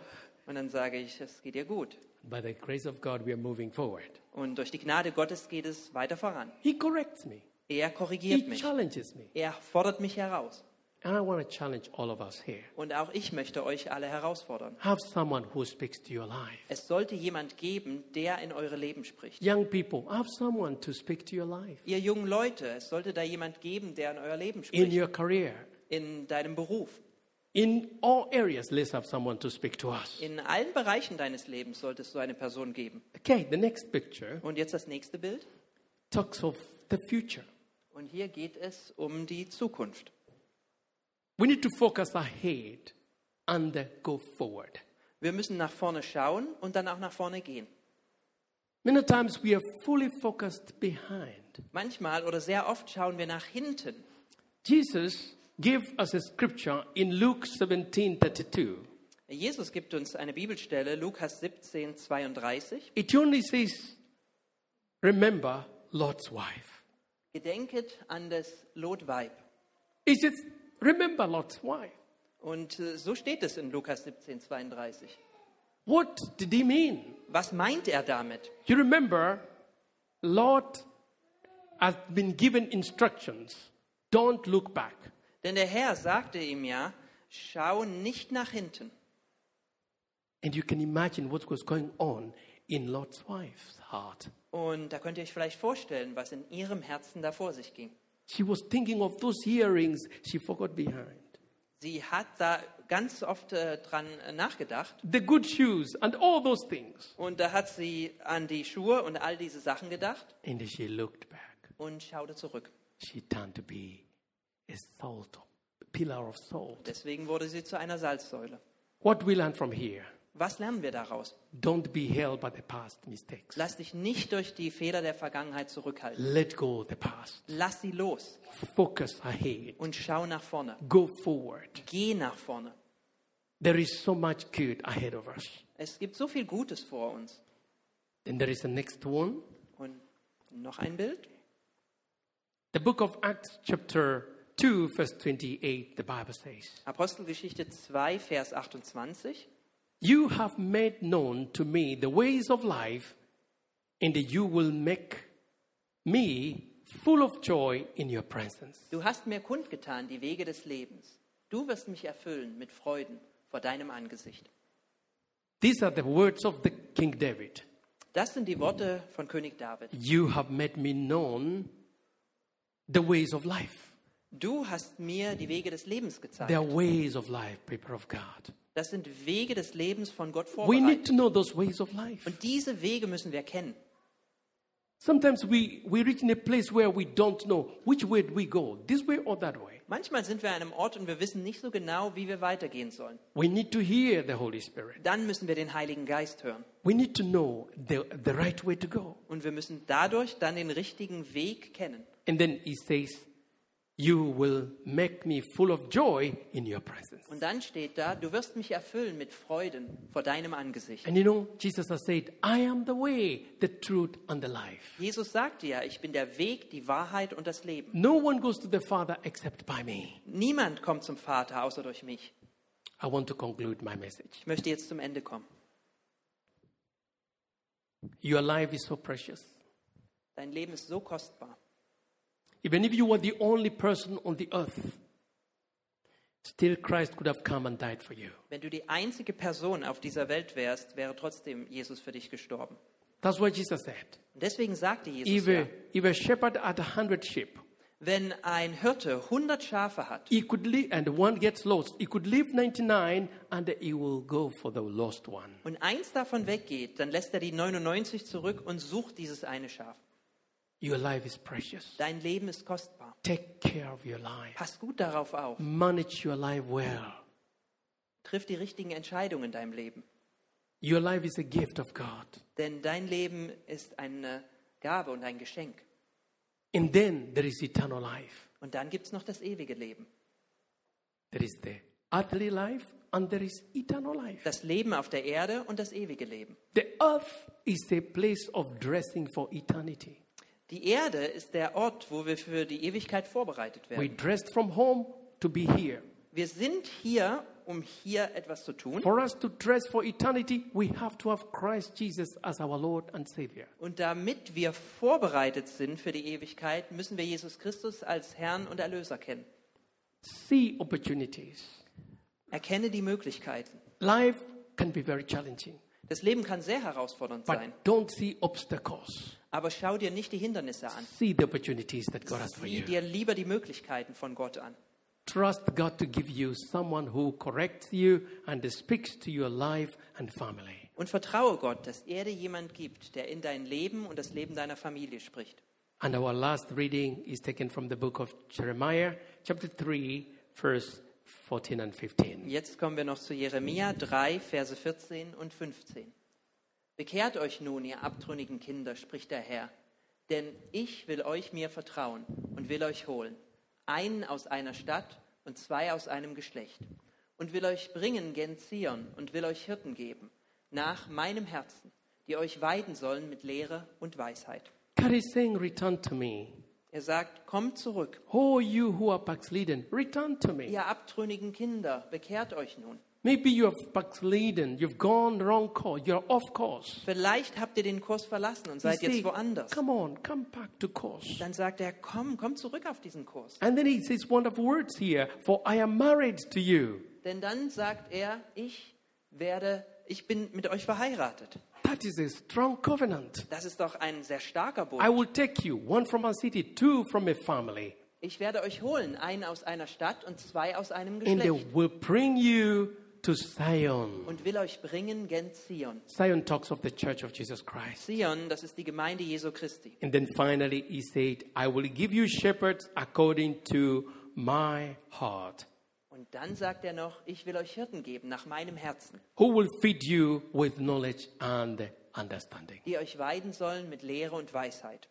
Und dann sage ich, es geht ihr gut.
By the grace of God, we are moving forward.
Und durch die Gnade Gottes geht es weiter voran.
He corrects me.
Er korrigiert
he
mich.
challenges me,
Er fordert mich heraus.
and I want to challenge all of us here.
Und auch ich möchte euch alle herausfordern.
Have someone who speaks to your life.
Es sollte jemand geben, der in eure Leben spricht.
Young people, have someone to speak to your life
Ihr jungen Leute, es sollte da jemand geben, der in euer Leben
in
spricht.
your career.
In deinem Beruf.
In all areas, let's have someone to speak to us.
In allen Bereichen deines Lebens sollte es so eine Person geben.
Okay, the next picture
Und jetzt das nächste Bild.
talks of the future.
Und hier geht es um die Zukunft.
We need to focus ahead and go forward.
Wir müssen nach vorne schauen und dann auch nach vorne gehen.
Many times we are fully focused behind.
Manchmal oder sehr oft schauen wir nach hinten.
Jesus gave us a scripture in Luke 17 32.
Jesus gibt uns eine Bibelstelle, Lukas 17, 32.
It only says, Remember Lot's wife.
Gedenket an das Lotweib.
It says, Remember Lot's wife.
Und äh, so steht es in Lukas 17, 32.
What did he mean?
Was meint er damit?
You remember, Lot has been given instructions don't look back.
Denn der Herr sagte ihm ja, schau nicht nach hinten.
And you can imagine what was going on in Lot's wife's heart.
Und da könnt ihr euch vielleicht vorstellen, was in ihrem Herzen da vor sich ging.
She was thinking of those earrings she forgot behind,
Sie hat da ganz oft äh, dran äh, nachgedacht
the good shoes, and all those things.
und da hat sie an die Schuhe und all diese Sachen gedacht
And she looked back.
und schaute zurück.
She turned to be a salt, a pillar of salt.
Deswegen wurde sie zu einer Salzsäule.
What we learn from here
Was lernen wir daraus?
don't be held by the past mistakes.
Lass dich nicht durch die Fehler der Vergangenheit zurückhalten.
Let go of the past.
Lass sie los
Focus ahead.
und schau nach vorne.
Go forward.
Geh nach vorne.
There is so much good ahead of us.
Es gibt so viel Gutes vor uns.
Then there is the next one.
Und noch ein Bild.
The book of Acts, chapter 2, verse 28, the Bible says,
Apostelgeschichte 2, Vers 28.
You have made known to me the ways of life, and you will make me full of joy in your presence.
Du hast mir kundgetan die Wege des Lebens. Du wirst mich erfüllen mit Freuden vor deinem Angesicht.
These are the words of the King David.
Das sind die Worte von König David.
You have made me known the ways of life.
Du hast mir die Wege des Lebens
They are
gezeigt.
ways of life, people of God.
Das sind Wege des Lebens von Gott
We need
vorbereitet.
to know those ways of life.
Und diese Wege müssen wir kennen.
Sometimes we, we reach in a place where we don't know which way do we go, this way or that way.
Manchmal sind wir an einem Ort und wir wissen nicht so genau, wie wir weitergehen sollen.
We need to hear the Holy Spirit.
Dann müssen wir den Heiligen Geist hören.
We need to know the, the right way to go.
Und wir müssen dadurch dann den richtigen Weg kennen.
And then he says, You will make me full of joy in your presence.
Und dann steht da, du wirst mich erfüllen mit Freuden vor deinem Angesicht.
And you know, Jesus has said, I am the way, the truth, and the life.
Jesus sagte ja, ich bin der Weg, die Wahrheit und das Leben.
No one goes to the Father except by me.
Niemand kommt zum Vater außer durch mich.
I want to conclude my message.
Ich möchte jetzt zum Ende kommen.
Your life is so precious.
Dein Leben ist so kostbar.
Even if you were the only person on the earth, still Christ could have come and died for you.
Wenn du die einzige Person auf dieser Welt wärst, wäre trotzdem Jesus für dich gestorben.
That's what Jesus said.
Und deswegen sagte Jesus,
If
ja,
a, if a shepherd had a hundred sheep,
wenn ein Hirte 100 Schafe hat
he could leave, and one gets lost, he could leave 99 and he will go for the lost one.
und eins davon weggeht, dann lässt er die 99 zurück und sucht dieses eine Schaf.
Your life is precious.
Dein Leben ist kostbar.
Take care of your life.
Pass gut darauf auf.
Manage your life well.
Triff die richtigen Entscheidungen in deinem Leben.
Your life is a gift of God.
Denn dein Leben ist eine Gabe und ein Geschenk.
And then there is eternal life.
Und dann gibt es noch das ewige Leben.
There is the earthly life and there is eternal life.
Das Leben auf der Erde und das ewige Leben.
The earth is a place of dressing for eternity.
Die Erde ist der Ort, wo wir für die Ewigkeit vorbereitet
We
werden.
dressed from home to be here.
Wir sind hier, um hier etwas zu tun.
For us to dress for eternity, we have to have Christ Jesus as our Lord and Savior.
Und damit wir vorbereitet sind für die Ewigkeit, müssen wir Jesus Christus als Herrn und Erlöser kennen.
See opportunities.
Erkenne die Möglichkeiten.
Life can be very challenging,
Das Leben kann sehr herausfordernd
but
sein,
don't see obstacles.
aber schau dir nicht die Hindernisse an.
See the opportunities that God has for
Sieh
you.
dir lieber die Möglichkeiten von Gott an.
Trust God to give you someone who corrects you and speaks to your life and family.
Und vertraue Gott, dass er dir jemand gibt, der in dein Leben und das Leben deiner Familie spricht.
And our last reading is taken from the book of Jeremiah, chapter 3, verse 14 and 15.
Jetzt kommen wir noch zu Jeremia 3, Verse 14 und 15. Bekehrt euch nun, ihr abtrünnigen Kinder, spricht der Herr, denn ich will euch mir vertrauen und will euch holen, einen aus einer Stadt und zwei aus einem Geschlecht. Und will euch bringen gen Zion und will euch Hirten geben, nach meinem Herzen, die euch weiden sollen mit Lehre und Weisheit.
God is saying, Return to me.
Er sagt, kommt zurück,
Oh, you who are backslidden, return to me.
ihr abtrünnigen Kinder, bekehrt euch nun.
Maybe you have backslidden, you've gone wrong course, you're off course.
Vielleicht habt ihr den Kurs verlassen und seid
You see,
jetzt woanders.
Come on, come back to course.
Dann sagt er, komm, komm zurück auf diesen Kurs.
And then he says wonderful words here For I am married to you.
Denn dann sagt er, ich werde, ich bin mit euch verheiratet.
That is a strong covenant.
Das ist doch ein sehr starker
I
Bund.
will take you, one from a city, two from a family,
Ich werde euch holen, einen aus einer Stadt und zwei aus einem
and they
Geschlecht.
will bring you to Zion.
Und will euch bringen gen Zion.
Zion talks of the church of Jesus Christ.
Zion, das ist die Gemeinde Jesu Christi.
And then finally, he said, I will give you shepherds according to my heart,
Und dann sagt er noch, ich will euch Hirten geben nach meinem Herzen,
who will feed you with knowledge and understanding.
die euch weiden sollen mit Lehre und Weisheit.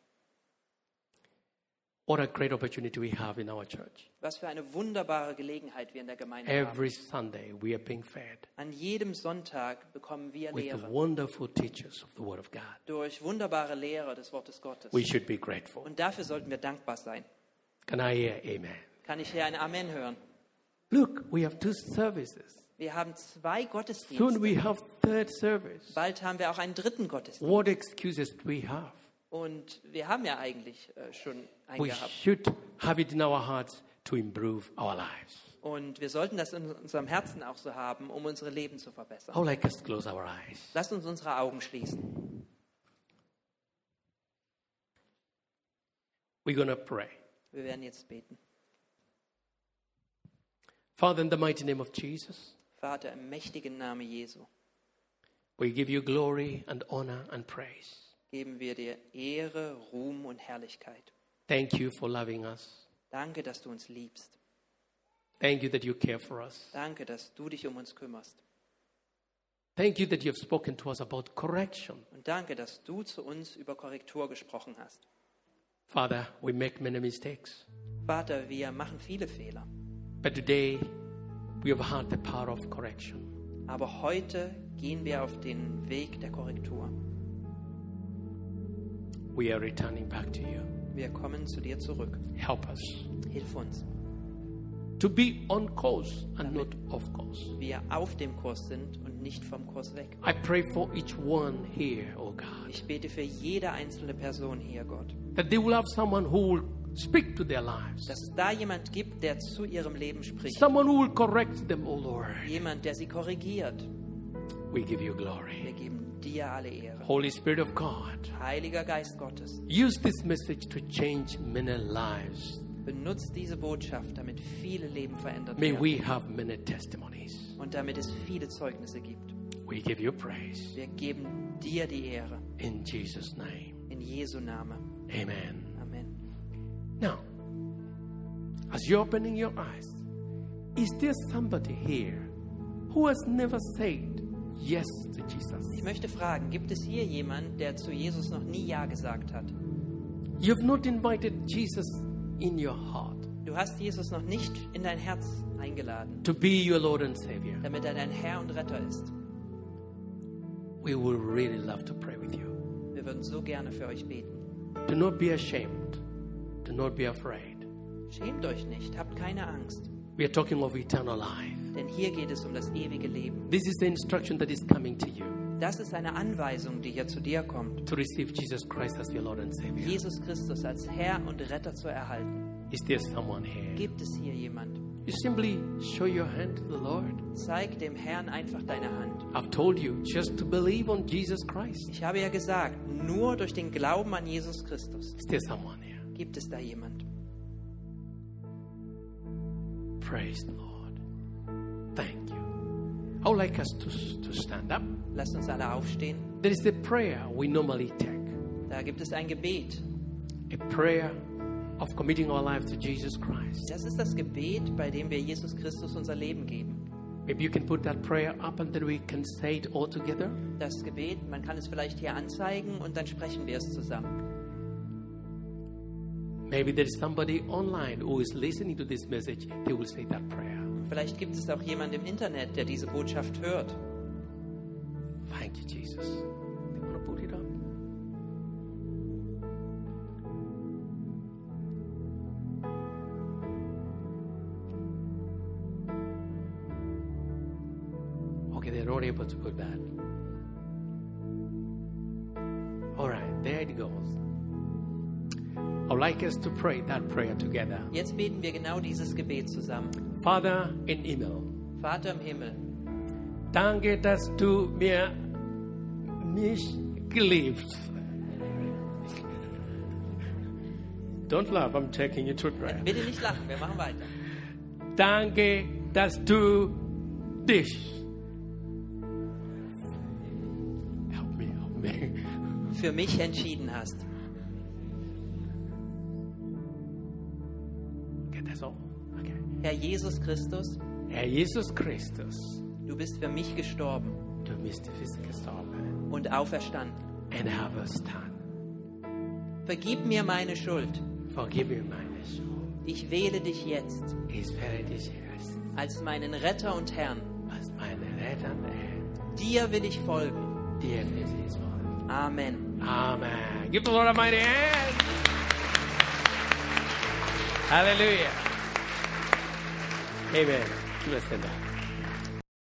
What a great opportunity we have in our church.
Was für eine wunderbare Gelegenheit wir in der Gemeinde haben.
Every Sunday, we are being fed
An jedem Sonntag bekommen wir
with the
Lehre
wonderful teachers of the Word of God.
durch wunderbare Lehre des Wortes Gottes.
We should be grateful.
Und dafür sollten wir dankbar sein.
Can I hear amen?
Kann ich hier ein Amen hören?
Look, we have two services.
Wir haben zwei
Soon
Gottesdienste.
we have third service.
Bald haben wir auch einen dritten Gottesdienst.
What excuses do we have?
Und wir haben ja eigentlich äh, schon einen
We
gehabt.
should have it in our hearts to improve our lives.
Und wir sollten das in unserem Herzen auch so haben, um unsere Leben zu verbessern.
How like us to close our eyes.
Lasst uns unsere Augen schließen.
We're going to pray.
Wir werden jetzt beten.
Father, in the mighty name of Jesus,
Vater, im mächtigen Namen Jesu
we give you glory and honor and praise.
geben wir dir Ehre, Ruhm und Herrlichkeit.
Thank you for loving us.
Danke, dass du uns liebst.
Thank you that you care for us.
Danke, dass du dich um uns kümmerst.
Thank you that you have spoken to us about correction.
Und danke, dass du zu uns über Korrektur gesprochen hast.
Father, we make many mistakes,
Vater, wir machen viele Fehler.
but today we have had the power of correction.
Aber heute gehen wir auf den Weg der Korrektur.
We are returning back to you.
Wir kommen zu dir zurück.
Help us
Hilf uns,
to be on course and not off course.
wir auf dem Kurs sind und nicht vom Kurs weg.
I pray for each one here, oh God,
Ich bete für jede einzelne Person hier, Gott,
that they will have someone who will speak to their lives,
dass es da jemand gibt, der zu ihrem Leben spricht.
someone who will correct them, oh Lord.
Jemand, der sie korrigiert.
We give you
Wir
glory.
geben dir alle Ehre.
Holy Spirit of God,
Heiliger Geist Gottes,
use this message to change many lives.
benutzt diese Botschaft, damit viele Leben verändert
May
werden
we have many testimonies.
und damit es viele Zeugnisse gibt.
We give you praise
Wir geben dir die Ehre.
in Jesus' name.
In Jesu Namen.
Amen.
Amen.
Now, as you're opening your eyes, is there somebody here who has never said yes to Jesus?
Ich möchte fragen, gibt es hier jemanden, der zu Jesus noch nie Ja gesagt hat?
You've not invited Jesus in your heart
Du hast Jesus noch nicht in dein Herz eingeladen,
to be your Lord and Savior.
damit er dein Herr und Retter ist.
We will really love to pray with you.
Wir würden so gerne für euch beten.
Do not be ashamed. Do not be afraid.
Schämt euch nicht, habt keine Angst,
We are talking of eternal life.
denn hier geht es um das ewige Leben.
This is the instruction that is coming to you
Das ist eine Anweisung, die hier zu dir kommt,
to receive Jesus Christ as your Lord and Savior.
Jesus Christus als Herr und Retter zu erhalten.
Is there someone here?
Gibt es hier jemand?
You simply show your hand to the Lord.
Zeig dem Herrn einfach deine Hand.
I've told you just to believe on Jesus Christ.
Ich habe ja gesagt, nur durch den Glauben an Jesus Christus
Is there someone here?
gibt es da jemand.
Praise the Lord. Thank you. I would like us to, to stand up.
Lasst uns alle aufstehen.
There is a prayer we normally take
Da gibt es ein Gebet.
a prayer of committing our life to Jesus Christ.
Das ist das Gebet, bei dem wir Jesus Christus unser Leben geben.
Maybe you can put that prayer up and then we can say it all together.
Das Gebet, man kann es vielleicht hier anzeigen und dann sprechen wir es zusammen.
Maybe there is somebody online who is listening to this message. They will say that prayer.
Vielleicht gibt es auch jemand im Internet, der diese Botschaft hört.
Thank you, Jesus. They want to put it up. Okay, they're not able to put that. All right, there it goes. I would like us to pray that prayer together.
Jetzt beten wir genau dieses Gebet zusammen.
Father in Himmel,
Vater im Himmel,
danke, dass du mir mich geliebt. Don't laugh, I'm taking you to prayer.
bitte nicht lachen, wir machen weiter.
Danke, dass du dich. Help me, help me.
Für mich entschieden hast.
Okay, that's all. Okay.
Herr Jesus Christus,
Herr Jesus Christus,
du bist für mich gestorben
du bist gestorben
und auferstanden.
und habe Stand.
Vergib mir meine Schuld.
Vergib mir meine Schuld.
Ich wähle dich jetzt
Ich werde dich erst
als meinen Retter und Herrn.
als meine Rettung erkennen.
Dir will ich folgen.
Dir ist es wohl.
Amen.
Amen. Give the Lord a mighty hand. Hallelujah. Amen. Give us a hand.